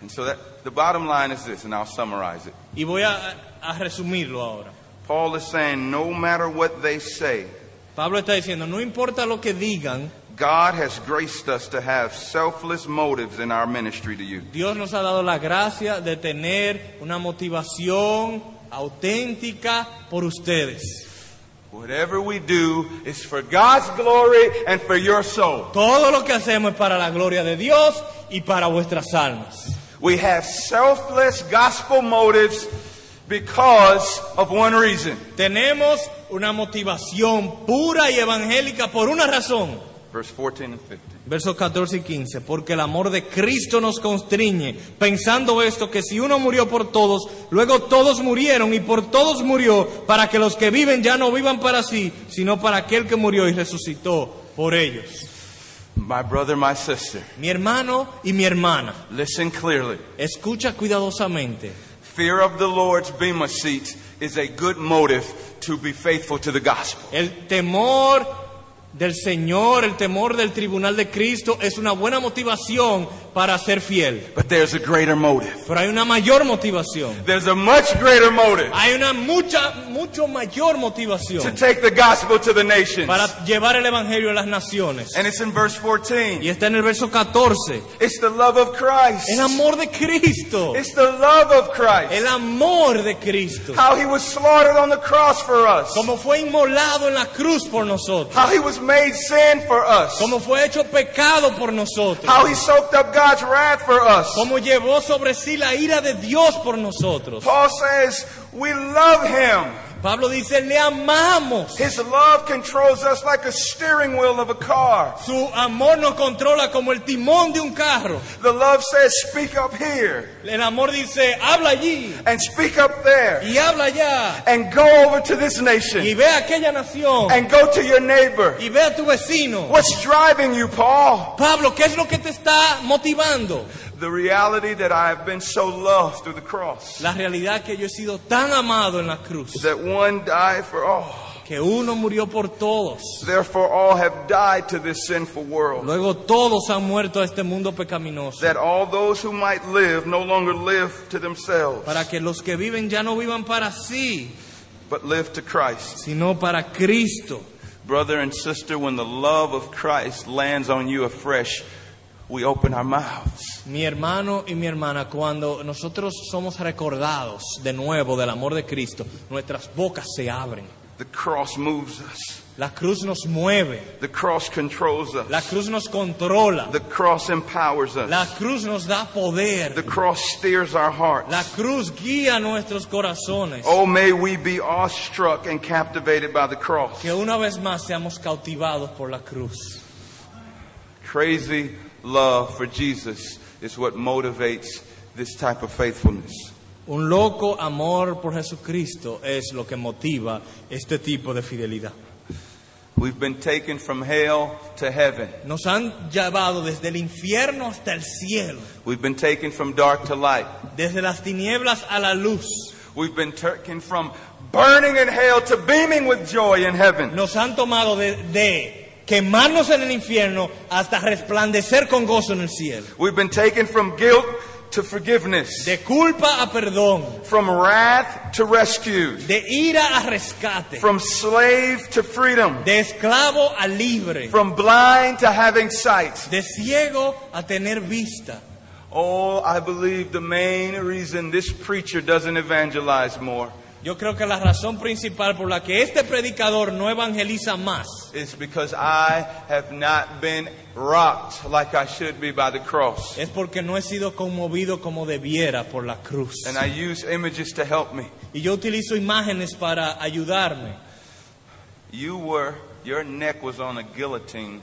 A: And so that the bottom line is this, and I'll summarize it.
B: Y voy a, a resumirlo ahora.
A: Paul is saying, no matter what they say,
B: Pablo está diciendo, no importa lo que digan,
A: God has graced us to have selfless motives in our ministry to you.
B: Dios nos ha dado la gracia de tener una motivación auténtica por ustedes.
A: Whatever we do is for God's glory and for your soul.
B: Todo lo que hacemos es para la gloria de Dios y para vuestras almas.
A: We have selfless gospel motives because of one reason.
B: Tenemos una motivación pura y evangélica por una razón.
A: Verse 14 and 15.
B: Versos 14 y 15, porque el amor de Cristo nos constriñe, pensando esto, que si uno murió por todos, luego todos murieron y por todos murió, para que los que viven ya no vivan para sí, sino para aquel que murió y resucitó por ellos.
A: My brother, my sister,
B: Mi hermano y mi hermana,
A: listen clearly.
B: escucha cuidadosamente.
A: Fear of the Lord's bema seat is a good motive to be faithful to the gospel.
B: El temor del Señor, el temor del tribunal de Cristo es una buena motivación para ser fiel,
A: But there's a greater motive.
B: pero hay una mayor motivación.
A: There's a much greater motive
B: Hay una mucha, mucho mayor
A: to
B: motivación
A: take the gospel to the nations.
B: para llevar el Evangelio a las naciones.
A: And it's in verse
B: Y
A: 14.
B: está en el verso 14.
A: It's the love of Christ.
B: El amor de Cristo.
A: It's the love of Christ.
B: El amor de Cristo.
A: How he was slaughtered on the cross for us.
B: Como fue inmolado en la cruz por nosotros.
A: How he was made sin for us.
B: Como fue hecho pecado por nosotros.
A: How he soaked up God's wrath for us.
B: Como llevó sobre sí la ira de Dios por nosotros.
A: Paul says, We love him.
B: Pablo dice, le amamos.
A: His love controls us like a steering wheel of a car.
B: Su amor nos controla como el timón de un carro.
A: The love says, Speak up here
B: El amor dice, habla allí
A: and speak up there
B: y habla allá.
A: and go over to this
B: Y
A: nation
B: ve a aquella nación.
A: and go to your neighbor.
B: y ve a tu vecino.
A: What's driving you, Paul?
B: Pablo, ¿qué es lo que te está motivando?
A: The reality that I have been so loved through the cross,
B: La realidad que yo he sido tan amado en la cruz,
A: that one died for all.
B: que uno murió por todos,
A: Therefore, all have died to this sinful world.
B: luego todos han muerto a este mundo pecaminoso,
A: That all those who might live no longer live to themselves,
B: para que los que viven ya no vivan para sí,
A: but live to Christ.
B: sino para Cristo.
A: Brother and sister, when the love of Christ lands on you afresh, we open our mouths.
B: Mi hermano y mi hermana, cuando nosotros somos recordados de nuevo del amor de Cristo, nuestras bocas se abren.
A: The cross moves us.
B: La cruz nos mueve,
A: The cross controls us.
B: la cruz nos controla,
A: The cross empowers us.
B: la cruz nos da
A: The
B: poder,
A: cross steers our hearts.
B: la cruz guía nuestros corazones.
A: Oh, may we be awestruck and captivated by the cross.
B: Que una vez más seamos cautivados por la cruz.
A: Crazy love for Jesus is what motivates this type of faithfulness.
B: Un loco amor por Jesucristo es lo que motiva este tipo de fidelidad.
A: We've been taken from hell to heaven.
B: Nos han llevado desde el infierno hasta el cielo,
A: We've been taken from dark to light.
B: desde las tinieblas a la luz.
A: We've been taken from burning in hell to beaming with joy in heaven.
B: Nos han tomado de, de quemarnos en el infierno hasta resplandecer con gozo en el cielo.
A: We've been taken from guilt to forgiveness,
B: De culpa a perdón,
A: from wrath to rescue,
B: de ira a rescate,
A: from slave to freedom,
B: de esclavo a libre,
A: from blind to having sight.
B: de ciego a tener vista.
A: Oh, I believe the main reason this preacher doesn't evangelize more
B: Yo creo que la razón principal por la que este predicador no evangeliza más
A: is because I have not been rocked like I should be by the cross.
B: es porque no he sido conmovido como debiera por la cruz.
A: And I use images to help me.
B: Y yo utilizo imágenes para ayudarme.
A: You were, your neck was on a guillotine,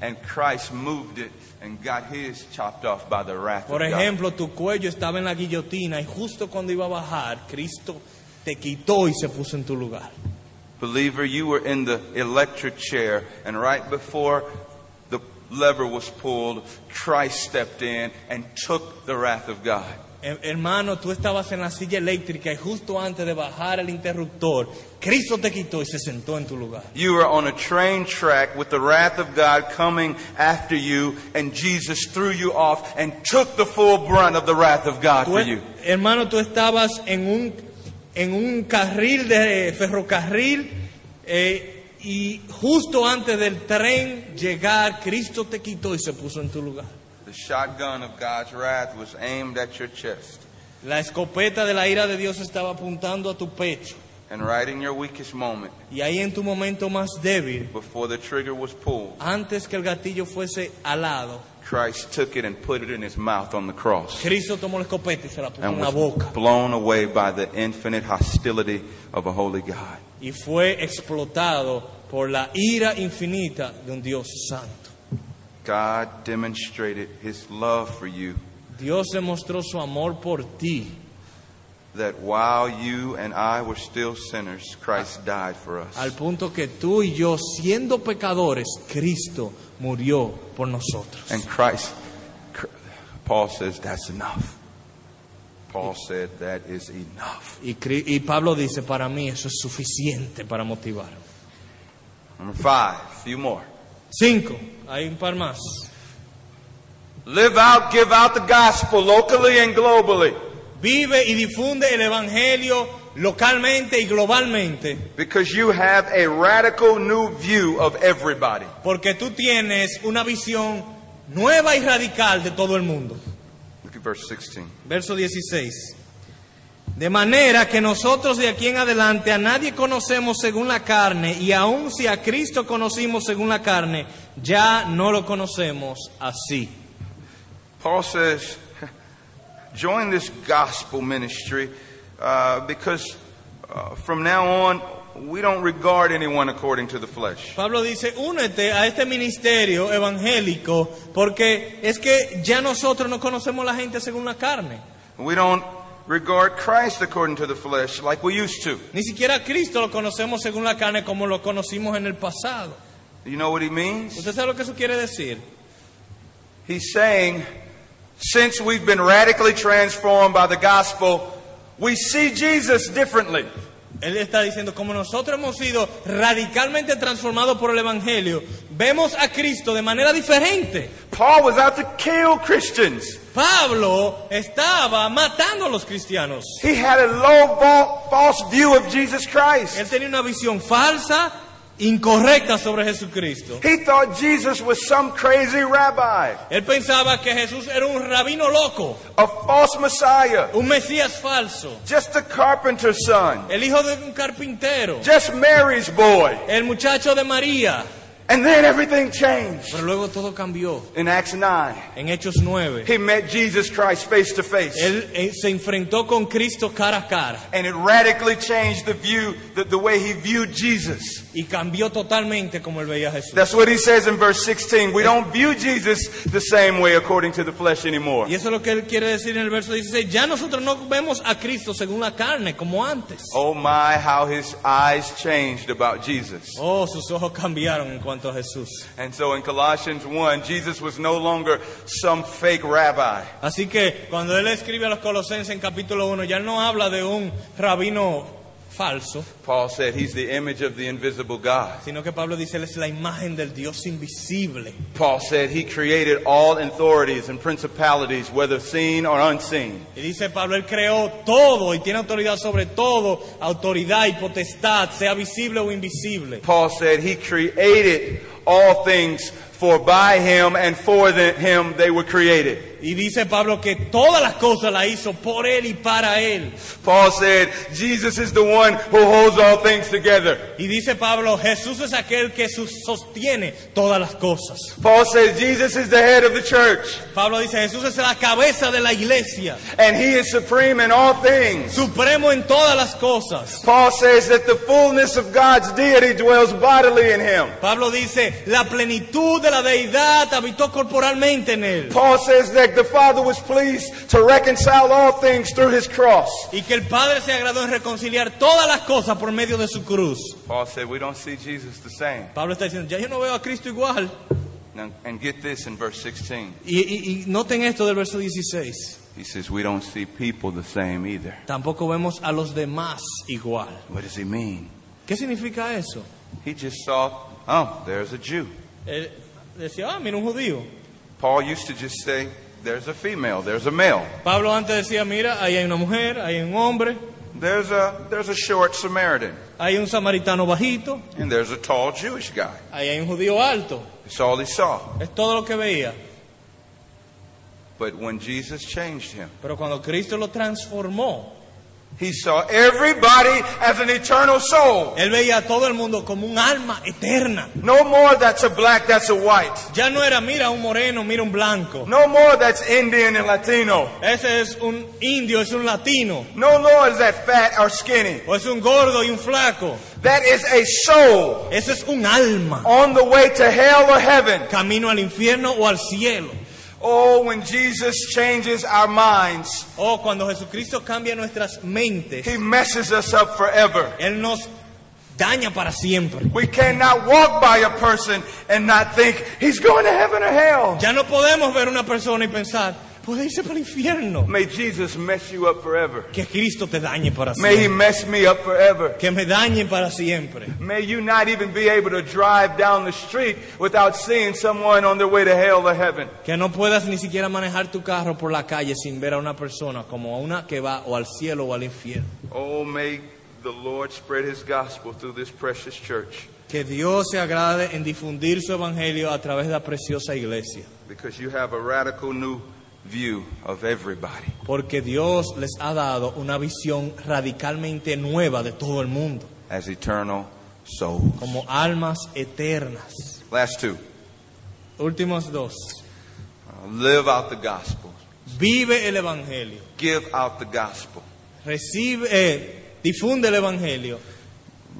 A: and Christ moved it and got his chopped off by the wrath
B: Por
A: of God.
B: ejemplo, tu cuello estaba en la guillotina y justo cuando iba a bajar, Cristo te quitó y se puso en tu lugar.
A: Believer, you were in the electric chair, and right before the lever was pulled, Christ stepped in and took the wrath of God.
B: Her- Hermano, tú estabas en la silla eléctrica y justo antes de bajar el interruptor, Cristo te quitó y se sentó en tu lugar.
A: You were on a train track with the wrath of God coming after you, and Jesus threw you off and took the full brunt of the wrath of God
B: Tú- e-,
A: for you.
B: hermano, tú estabas en un, en un carril de eh, ferrocarril eh, y justo antes del tren llegar, Cristo te quitó y se puso en tu lugar.
A: The shotgun of God's wrath was aimed at your chest.
B: La escopeta de la ira de Dios estaba apuntando a tu pecho.
A: And right in your weakest moment,
B: Y ahí en tu momento más débil,
A: before the trigger was pulled,
B: antes que el gatillo fuese alado,
A: Christ took it and put it in his mouth on the cross
B: Cristo tomó la escopeta y se la puso en
A: and
B: la
A: was
B: boca.
A: blown away by the infinite hostility of a holy God.
B: Y fue explotado por la ira infinita de un Dios santo.
A: God demonstrated his love for you
B: Dios demostró su amor por ti,
A: that while you and I were still sinners, Christ died for
B: al
A: us.
B: punto que tú y yo, siendo pecadores, Cristo murió por nosotros.
A: And Christ, Cr- Paul says, that's enough. Paul said, that is enough.
B: Y, Cri- y Pablo dice, para mí eso es suficiente para motivar.
A: Number five, a few more.
B: Cinco, hay un par más.
A: Live out, give out the gospel locally and globally.
B: Vive y difunde el Evangelio localmente y globalmente.
A: Because you have a radical new view of everybody.
B: Porque tú tienes una visión nueva y radical de todo el mundo.
A: Look at verse 16.
B: Verso 16. De manera que nosotros de aquí en adelante a nadie conocemos según la carne y aun si a Cristo conocimos según la carne, ya no lo conocemos así.
A: Paul says, join this gospel ministry uh, because uh, from now on, we don't regard anyone according to the flesh.
B: Pablo dice, únete a este ministerio evangélico porque es que ya nosotros no conocemos a la gente según la carne.
A: We don't regard Christ according to the flesh like we used to.
B: Ni siquiera a Cristo lo conocemos según la carne como lo conocimos en el pasado.
A: You know what he means?
B: ¿Usted sabe lo que eso quiere decir?
A: He's saying, since we've been radically transformed by the gospel, we see Jesus differently.
B: Él está diciendo, como nosotros hemos sido radicalmente transformados por el Evangelio, vemos a Cristo de manera diferente.
A: Paul was out to kill Christians.
B: Pablo estaba matando a los cristianos.
A: He had a low, val- false view of Jesus Christ.
B: Él tenía una visión falsa, incorrecta sobre Jesucristo.
A: He thought Jesus was some crazy rabbi,
B: Él pensaba que Jesús era un rabino loco,
A: a false Messiah,
B: un Mesías falso,
A: just a carpenter's son,
B: el hijo de un carpintero,
A: just Mary's boy.
B: el muchacho de María.
A: And then everything changed.
B: Pero luego todo cambió.
A: In Acts 9,
B: En Hechos 9,
A: he met Jesus Christ face to face.
B: él eh, se enfrentó con Cristo cara a cara
A: And it radically changed the view, the, the way he viewed Jesus.
B: y cambió totalmente como él veía a Jesús.
A: That's what he says in verse 16. We don't view Jesus the same way according to the flesh anymore.
B: Y eso es lo que él quiere decir en el verso 16. Ya nosotros no vemos a Cristo según la carne como antes.
A: Oh my, how his eyes changed about Jesus.
B: Oh, sus ojos cambiaron en cuanto a Jesús.
A: And so in Colossians 1, Jesus was no longer some fake rabbi.
B: Así que cuando él escribe a los Colosenses en capítulo 1, ya él no habla de un rabino falso,
A: Paul said he's the image of the invisible God.
B: sino que Pablo dice, él es la imagen del Dios invisible.
A: Paul said he created all authorities and principalities, whether seen or unseen.
B: Y dice Pablo, él creó todo y tiene autoridad sobre todo, autoridad y potestad, sea visible o invisible.
A: Paul said he created all things, for by him and for the, him they were created.
B: Y dice Pablo que todas las cosas las hizo por él y para él.
A: Paul said Jesus is the one who holds all things together.
B: Y dice Pablo, Jesús es aquel que sus- sostiene todas las cosas.
A: Paul says Jesus is the head of the church,
B: Pablo dice, Jesús es la cabeza de la iglesia,
A: and he is supreme in all things.
B: supremo en todas las cosas.
A: Paul says that the fullness of God's deity dwells bodily in him.
B: Pablo dice, la plenitud de la deidad habitó corporalmente en él.
A: Paul says that the Father was pleased to reconcile all things through his cross.
B: Y que el Padre se agradó en reconciliar todas las cosas por medio de su cruz.
A: Paul said we don't see Jesus the same.
B: Pablo está diciendo, ya yo no veo a Cristo igual.
A: Now, and get this in verse 16.
B: Y, y- y noten esto del verso 16.
A: He says we don't see people the same either.
B: Tampoco vemos a los demás igual.
A: What does he mean?
B: ¿Qué significa eso?
A: He just saw, oh, there's a Jew.
B: Él decía, ah, mira un judío.
A: Paul used to just say, there's a female, there's a male,
B: Pablo antes decía, mira, ahí hay una mujer, ahí hay un hombre,
A: there's a, there's a short Samaritan,
B: ahí hay un samaritano bajito,
A: and there's a tall Jewish guy.
B: ahí hay un judío alto.
A: That's all he saw.
B: Es todo lo que veía.
A: But when Jesus changed him,
B: Pero cuando Cristo lo transformó,
A: he saw everybody as an eternal soul.
B: Él veía a todo el mundo como un alma eterna.
A: No more that's a black, that's a white.
B: Ya no era, mira un moreno, mira un blanco.
A: No more that's Indian and Latino.
B: Ese es un indio, es un latino.
A: No more is that fat or skinny.
B: O es un gordo y un flaco.
A: That is a soul
B: Ese es un alma.
A: on the way to hell or heaven.
B: Camino al infierno o al cielo.
A: Oh, when Jesus changes our minds,
B: O cuando Jesucristo cambia nuestras mentes,
A: he messes us up forever.
B: Él nos daña para siempre.
A: We cannot walk by a person and not think he's going to heaven or hell.
B: Ya no podemos ver una persona y pensar, puede irse para el infierno.
A: May Jesus mess you up forever.
B: Que Cristo te dañe para
A: May he
B: siempre.
A: mess me up forever.
B: Que me dañe para siempre.
A: May you not even be able to drive down the street without seeing someone on their way to hell or heaven.
B: Que no puedas ni siquiera manejar tu carro por la calle sin ver a una persona como a una que va o al cielo o al infierno.
A: Oh, may the Lord spread his gospel through this precious church
B: Que Dios se agrade en difundir su evangelio a través de la preciosa iglesia.
A: because you have a radical new view of everybody.
B: Porque Dios les ha dado una visión radicalmente nueva de todo el mundo,
A: as eternal souls.
B: como almas eternas.
A: Last two.
B: Últimos dos.
A: Uh, Live out the gospel.
B: Vive el evangelio.
A: Give out the gospel.
B: Recibe, eh, difunde el evangelio.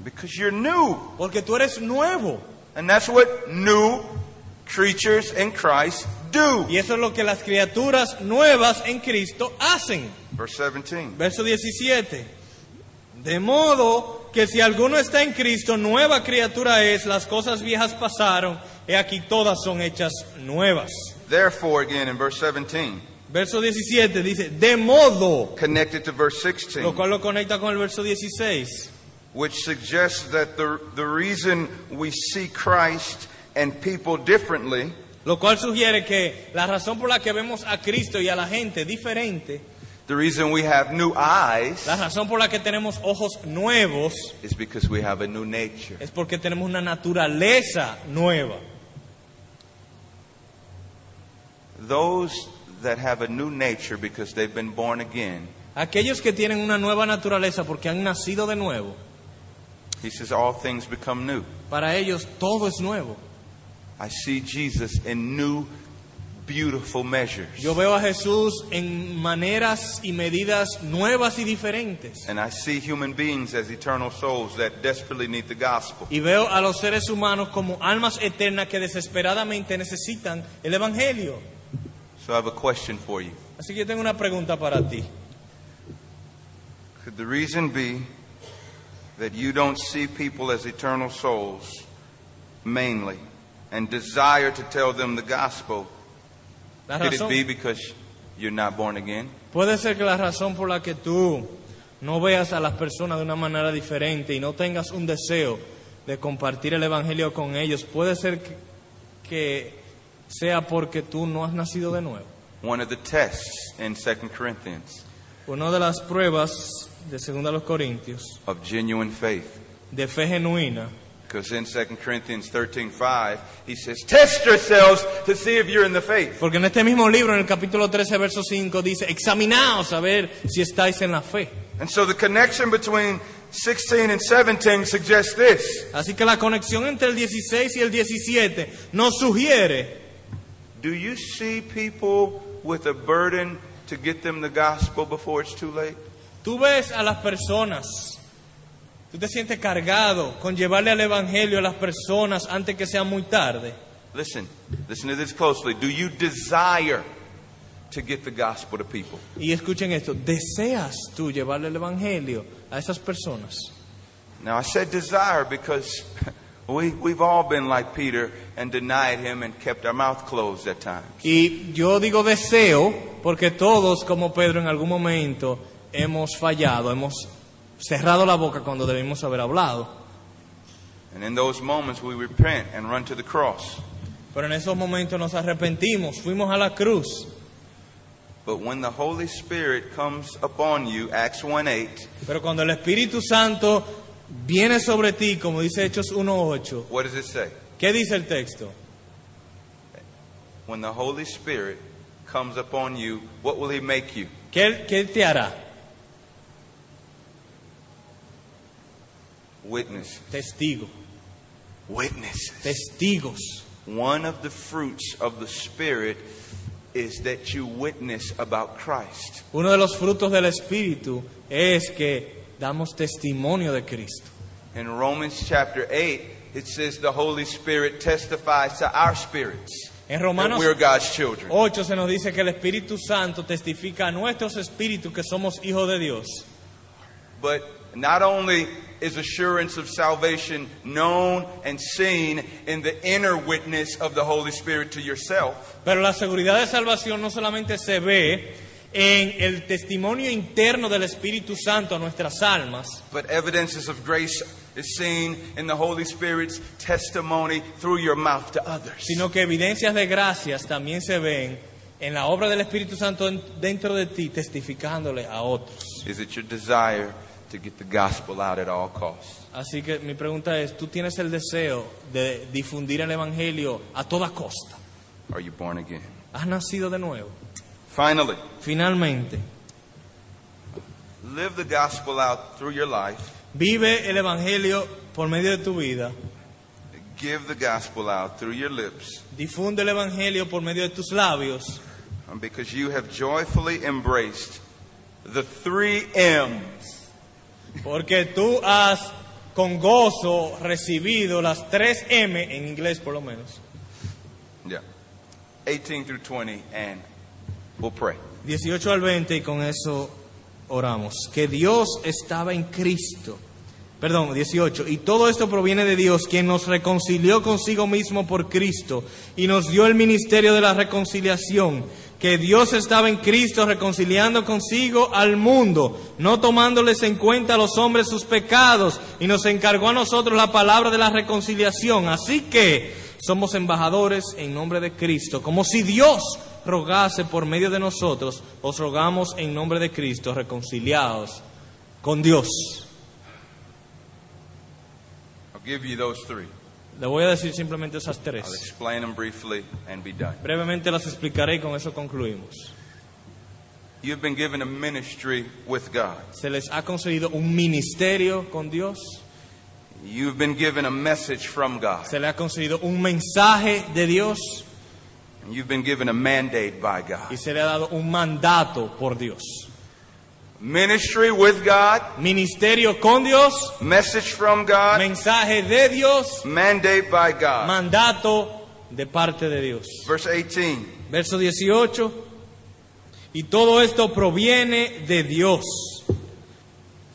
A: Because you're new.
B: Porque tú eres nuevo.
A: And that's what new creatures in Christ do.
B: Y eso es lo que las criaturas nuevas en Cristo hacen.
A: Verse 17.
B: Verso 17. De modo que si alguno está en Cristo, nueva criatura es, las cosas viejas pasaron, he aquí todas son hechas nuevas.
A: Therefore, again in verse 17,
B: Verso 17 dice, de modo,
A: connected to verse
B: lo
A: 16.
B: cual lo conecta con el verso 16.
A: which suggests that the, the reason we see Christ and people differently
B: Lo cual sugiere que la razón por la que vemos a Cristo y a la gente diferente,
A: The reason we have new eyes
B: la razón por la que tenemos ojos nuevos,
A: is because we have a new nature.
B: es porque tenemos una naturaleza nueva.
A: Those that have a new nature because they've been born again,
B: Aquellos que tienen una nueva naturaleza porque han nacido de nuevo,
A: he says, all things become new.
B: para ellos todo es nuevo.
A: I see Jesus in new, beautiful measures.
B: Yo veo a Jesús en maneras y medidas nuevas y diferentes.
A: And I see human beings as eternal souls that desperately need the gospel.
B: Y veo a los seres humanos como almas eternas que desesperadamente necesitan el Evangelio.
A: So I have a question for you.
B: Así que yo tengo una pregunta para ti.
A: Could the reason be that you don't see people as eternal souls mainly and desire to tell them the gospel?
B: La
A: Could it
B: razón-
A: be because you're not born again?
B: Puede ser que la razón por la que tú no veas a las personas de una manera diferente y no tengas un deseo de compartir el Evangelio con ellos, puede ser que, que sea porque tú no has nacido de nuevo.
A: One of the tests in 2 Corinthians
B: Una de las pruebas de 2 a los Corintios
A: of genuine faith.
B: de fe genuina,
A: Because in 2 Corinthians 13 5, he says, Test yourselves to see if you're in the faith.
B: porque en este mismo libro, en el capítulo 13, verso 5, dice, examinaos a ver si estáis en la fe.
A: And so the connection between 16 and 17 suggests this
B: Así que la conexión entre el 16 y el 17 nos sugiere
A: Do you see people with a burden to get them the gospel before it's too late?
B: Tú ves a las personas, tú te sientes cargado con llevarle al Evangelio a las personas antes que sea muy tarde.
A: Listen, listen to this closely. Do you desire to get the gospel to people?
B: Y escuchen esto, ¿deseas tú llevarle el Evangelio a esas personas?
A: Now, I said desire because we, we've all been like Peter and denied him and kept our mouth closed at times.
B: Y yo digo deseo porque todos, como Pedro, en algún momento hemos fallado, hemos cerrado la boca cuando debimos haber hablado.
A: And in those moments, we repent and run to the cross.
B: Pero en esos momentos nos arrepentimos, fuimos a la cruz.
A: But when the Holy Spirit comes upon you, Acts 1 8,
B: Pero cuando el Espíritu Santo viene sobre ti, como dice Hechos 1.8,
A: what does it say?
B: ¿Qué dice el texto?
A: When the Holy Spirit comes upon you, what will He make you?
B: ¿Qué, qué te hará?
A: Witnesses.
B: Testigo.
A: Witnesses.
B: Testigos.
A: One of the fruits of the Spirit is that you witness about Christ.
B: Uno de los frutos del Espíritu es que damos testimonio de Cristo.
A: In Romans chapter 8, it says the Holy Spirit testifies to our spirits.
B: En
A: that
B: Romanos
A: we're God's children.
B: 8 se nos dice que el Espíritu Santo testifica a nuestros espíritus que somos hijos de Dios.
A: But not only is assurance of salvation known and seen in the inner witness of the Holy Spirit to yourself,
B: Pero la seguridad de salvación no solamente se ve en el testimonio interno del Espíritu Santo a nuestras almas,
A: but evidences of grace is seen in the Holy Spirit's testimony through your mouth to others.
B: sino que evidencias de gracias también se ven en la obra del Espíritu Santo en- dentro de ti, testificándole a otros.
A: Is it your desire to get the gospel out at all costs?
B: Así que mi pregunta es, ¿tú tienes el deseo de difundir el Evangelio a toda costa?
A: Are you born again?
B: ¿Has nacido de nuevo?
A: Finally,
B: Finalmente,
A: live the gospel out through your life.
B: vive el Evangelio por medio de tu vida,
A: Give the gospel out through your lips
B: difunde el Evangelio por medio de tus labios,
A: um, because you have joyfully embraced the three M's
B: porque tú has con gozo recibido las tres M, en inglés por lo menos,
A: Yeah. 18 through 20, and we'll pray.
B: 18 al 20 y con eso oramos. Que Dios estaba en Cristo. Perdón, 18. Y todo esto proviene de Dios, quien nos reconcilió consigo mismo por Cristo y nos dio el ministerio de la reconciliación, que Dios estaba en Cristo reconciliando consigo al mundo, no tomándoles en cuenta a los hombres sus pecados, y nos encargó a nosotros la palabra de la reconciliación. Así que somos embajadores en nombre de Cristo, como si Dios rogase por medio de nosotros, os rogamos en nombre de Cristo, reconciliados con Dios.
A: I'll give you those three.
B: Le voy a decir simplemente esas
A: I'll
B: tres.
A: explain them briefly and be done.
B: Brevemente las explicaré y con eso concluimos.
A: You've been given a ministry with God.
B: Se les ha concedido un ministerio con Dios.
A: You've been given a message from God.
B: Se le ha concedido un mensaje de Dios
A: You've been given a mandate by
B: y
A: God.
B: se le ha dado un mandato por Dios.
A: Ministry with God,
B: Ministerio con Dios,
A: message from God,
B: mensaje de Dios,
A: mandate by God.
B: mandato de parte de Dios.
A: Verse 18.
B: Verso 18. Y todo esto proviene de Dios,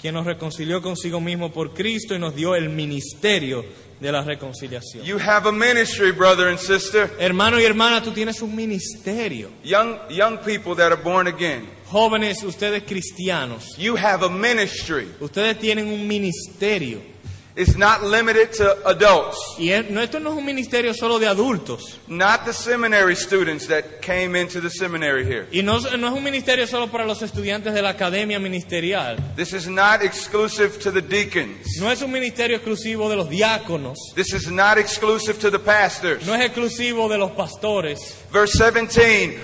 B: quien nos reconcilió consigo mismo por Cristo y nos dio el ministerio de la reconciliación.
A: You have a ministry, brother and sister.
B: Hermano y hermana, tú tienes un ministerio.
A: Young, young people that are born again,
B: Jóvenes, ustedes cristianos,
A: you have a ministry.
B: ustedes tienen un ministerio.
A: It's not limited to adults,
B: Y es- no, esto no es un ministerio solo de adultos.
A: not the seminary students that came into the seminary here.
B: Y no, no es un ministerio solo para los estudiantes de la academia ministerial.
A: This is not exclusive to the deacons.
B: No es un ministerio exclusivo de los diáconos.
A: This is not exclusive to the pastors.
B: No es exclusivo de los pastores.
A: Verse 17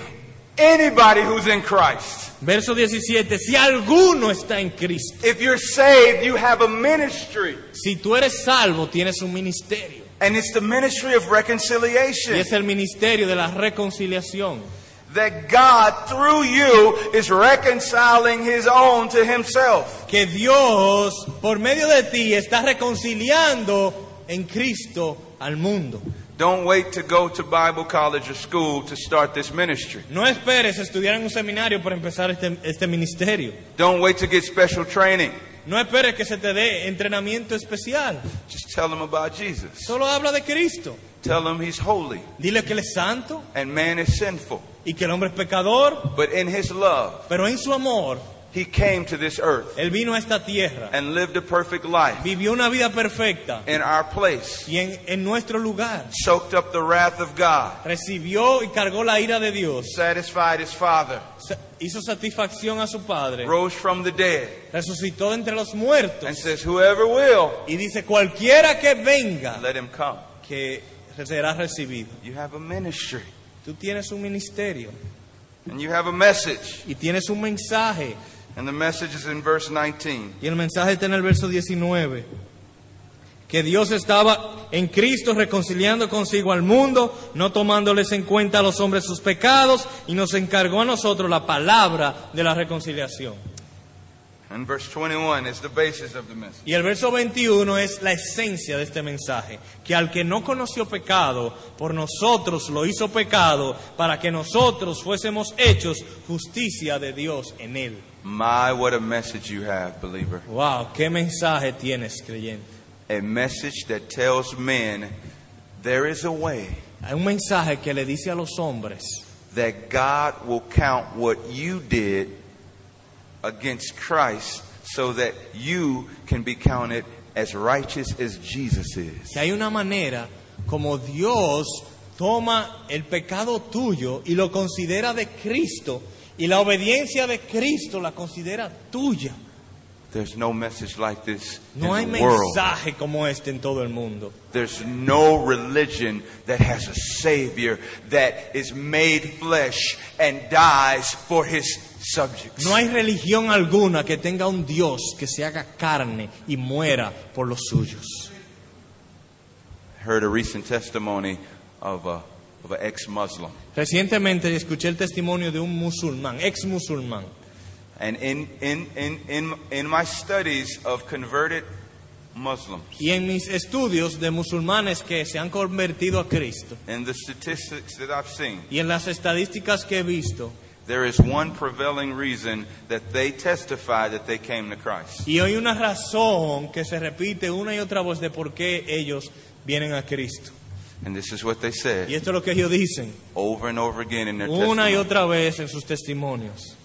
A: anybody who's in Christ,
B: Verso 17. Si alguno está en Cristo,
A: if you're saved, you have a ministry.
B: si tú eres salvo, tienes un ministerio.
A: And it's the ministry of
B: Y
A: reconciliation
B: es el ministerio de la reconciliación.
A: that God, through you, is reconciling His own to Himself.
B: que Dios, por medio de ti, está reconciliando en Cristo al mundo.
A: Don't wait to go to Bible college or school to start this ministry.
B: No esperes estudiar en un seminario para empezar este, este ministerio.
A: Don't wait to get special training.
B: No esperes que se te dé entrenamiento especial.
A: Just tell them about Jesus.
B: Solo habla de Cristo.
A: Tell them He's holy
B: Dile que Él es santo
A: and man is sinful.
B: y que el hombre es pecador,
A: But in His love,
B: pero en su amor,
A: He came to this earth
B: Él vino a esta tierra,
A: and lived a perfect life
B: vivió una vida perfecta
A: in our place.
B: y en, en nuestro lugar
A: soaked up the wrath of God,
B: recibió y cargó la ira de Dios,
A: satisfied his Father,
B: sa- hizo satisfacción a su Padre,
A: rose from the dead,
B: resucitó de entre los muertos.
A: and says, Whoever will,
B: Y dice, cualquiera que venga,
A: let him come.
B: que será recibido.
A: You have a ministry
B: Tú tienes un ministerio
A: and you have a message.
B: y tienes un mensaje.
A: And the message is in verse 19.
B: Y el mensaje está en el verso 19. Que Dios estaba en Cristo reconciliando consigo al mundo, no tomándoles en cuenta a los hombres sus pecados, y nos encargó a nosotros la palabra de la reconciliación.
A: And verse 21 is the basis of the message.
B: Y el verso 21 es la esencia de este mensaje, que al que no conoció pecado, por nosotros lo hizo pecado, para que nosotros fuésemos hechos justicia de Dios en él.
A: My, what a message you have, believer.
B: Wow, qué mensaje tienes, creyente.
A: A message that tells men there is a way
B: Hay un mensaje que le dice a los hombres
A: that God will count what you did against Christ so that you can be counted as righteous as Jesus is.
B: que hay una manera como Dios toma el pecado tuyo y lo considera de Cristo, y la obediencia de Cristo la considera tuya.
A: There's no message like this
B: No hay
A: in the world.
B: mensaje como este en todo el mundo.
A: There's no religion that has a savior that is made flesh and dies for his subjects.
B: No hay religión alguna que tenga un Dios que se haga carne y muera por los suyos.
A: I heard a recent testimony of a of an ex-Muslim,
B: Recientemente escuché el testimonio de un musulmán, ex musulmán,
A: and in in in in in my studies of converted Muslims.
B: y en mis estudios de musulmanes que se han convertido a Cristo,
A: In the statistics that I've seen,
B: y en las estadísticas que he visto,
A: there is one prevailing reason that they testify that they came to Christ.
B: y hay una razón que se repite una y otra vez de por qué ellos vienen a Cristo.
A: And this is what they said
B: Y esto es lo que ellos dicen
A: over and over again in their
B: una
A: testimony.
B: y otra vez en sus testimonios.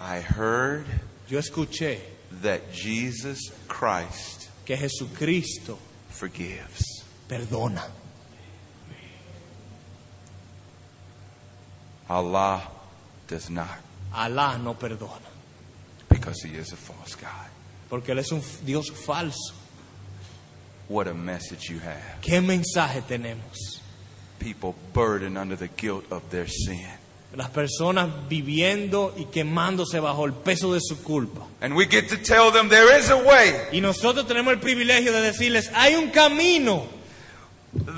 A: I heard
B: Yo escuché
A: that Jesus Christ
B: que Jesucristo
A: forgives.
B: perdona.
A: Allah does not
B: Alá no perdona,
A: because he is a false God.
B: porque Él es un Dios falso.
A: What a message you have.
B: ¿Qué mensaje tenemos?
A: People burdened under the guilt of their sin.
B: Las personas viviendo y quemándose bajo el peso de su culpa.
A: And we get to tell them there is a way
B: Y nosotros tenemos el privilegio de decirles, hay un camino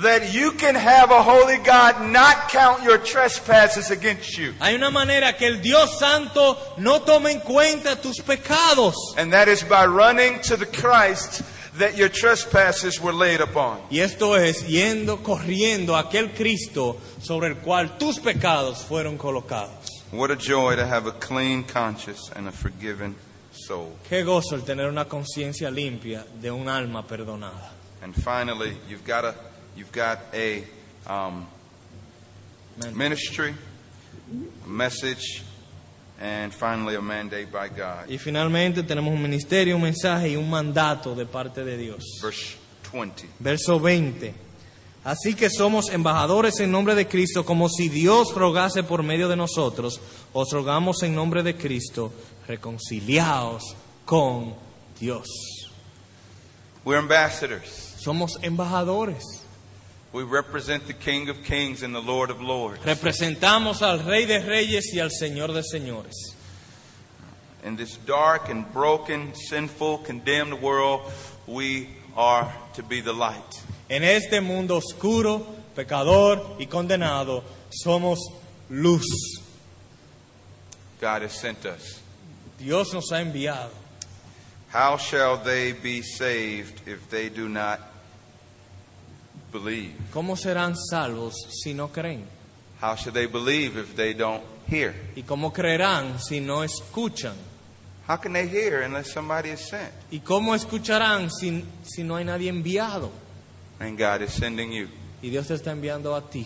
A: that you can have a holy God not count your trespasses against you.
B: Hay una manera que el Dios Santo no tome en cuenta tus pecados.
A: And that is by running to the Christ that your trespasses were laid upon.
B: Y esto es yendo, corriendo a aquel Cristo sobre el cual tus pecados fueron colocados.
A: What a joy to have a clean conscience and a forgiven soul.
B: Qué gozo el tener una conciencia limpia de un alma perdonada.
A: And finally, you've got a you've got a um,
B: Mandate.
A: ministry, a message, and finally a mandate by God.
B: Y finalmente tenemos un ministerio, un mensaje y un mandato de parte de Dios.
A: Verse 20.
B: Verso 20. Así que somos embajadores en nombre de Cristo, como si Dios rogase por medio de nosotros. Os rogamos en nombre de Cristo, reconciliaos con Dios.
A: We're ambassadors.
B: Somos embajadores.
A: We represent the King of Kings and the Lord of Lords.
B: Representamos al Rey de Reyes y al Señor de Señores.
A: In this dark and broken, sinful, condemned world, we are to be the light.
B: En este mundo oscuro, pecador y condenado, somos luz.
A: God has sent us.
B: Dios nos ha enviado.
A: How shall they be saved if they do not believe?
B: ¿Cómo serán salvos si no creen?
A: How should they believe if they don't hear?
B: ¿Y cómo creerán si no escuchan?
A: How can they hear unless somebody is sent?
B: ¿Y cómo escucharán si, si no hay nadie enviado?
A: And God is sending you.
B: Y Dios te está enviando a ti.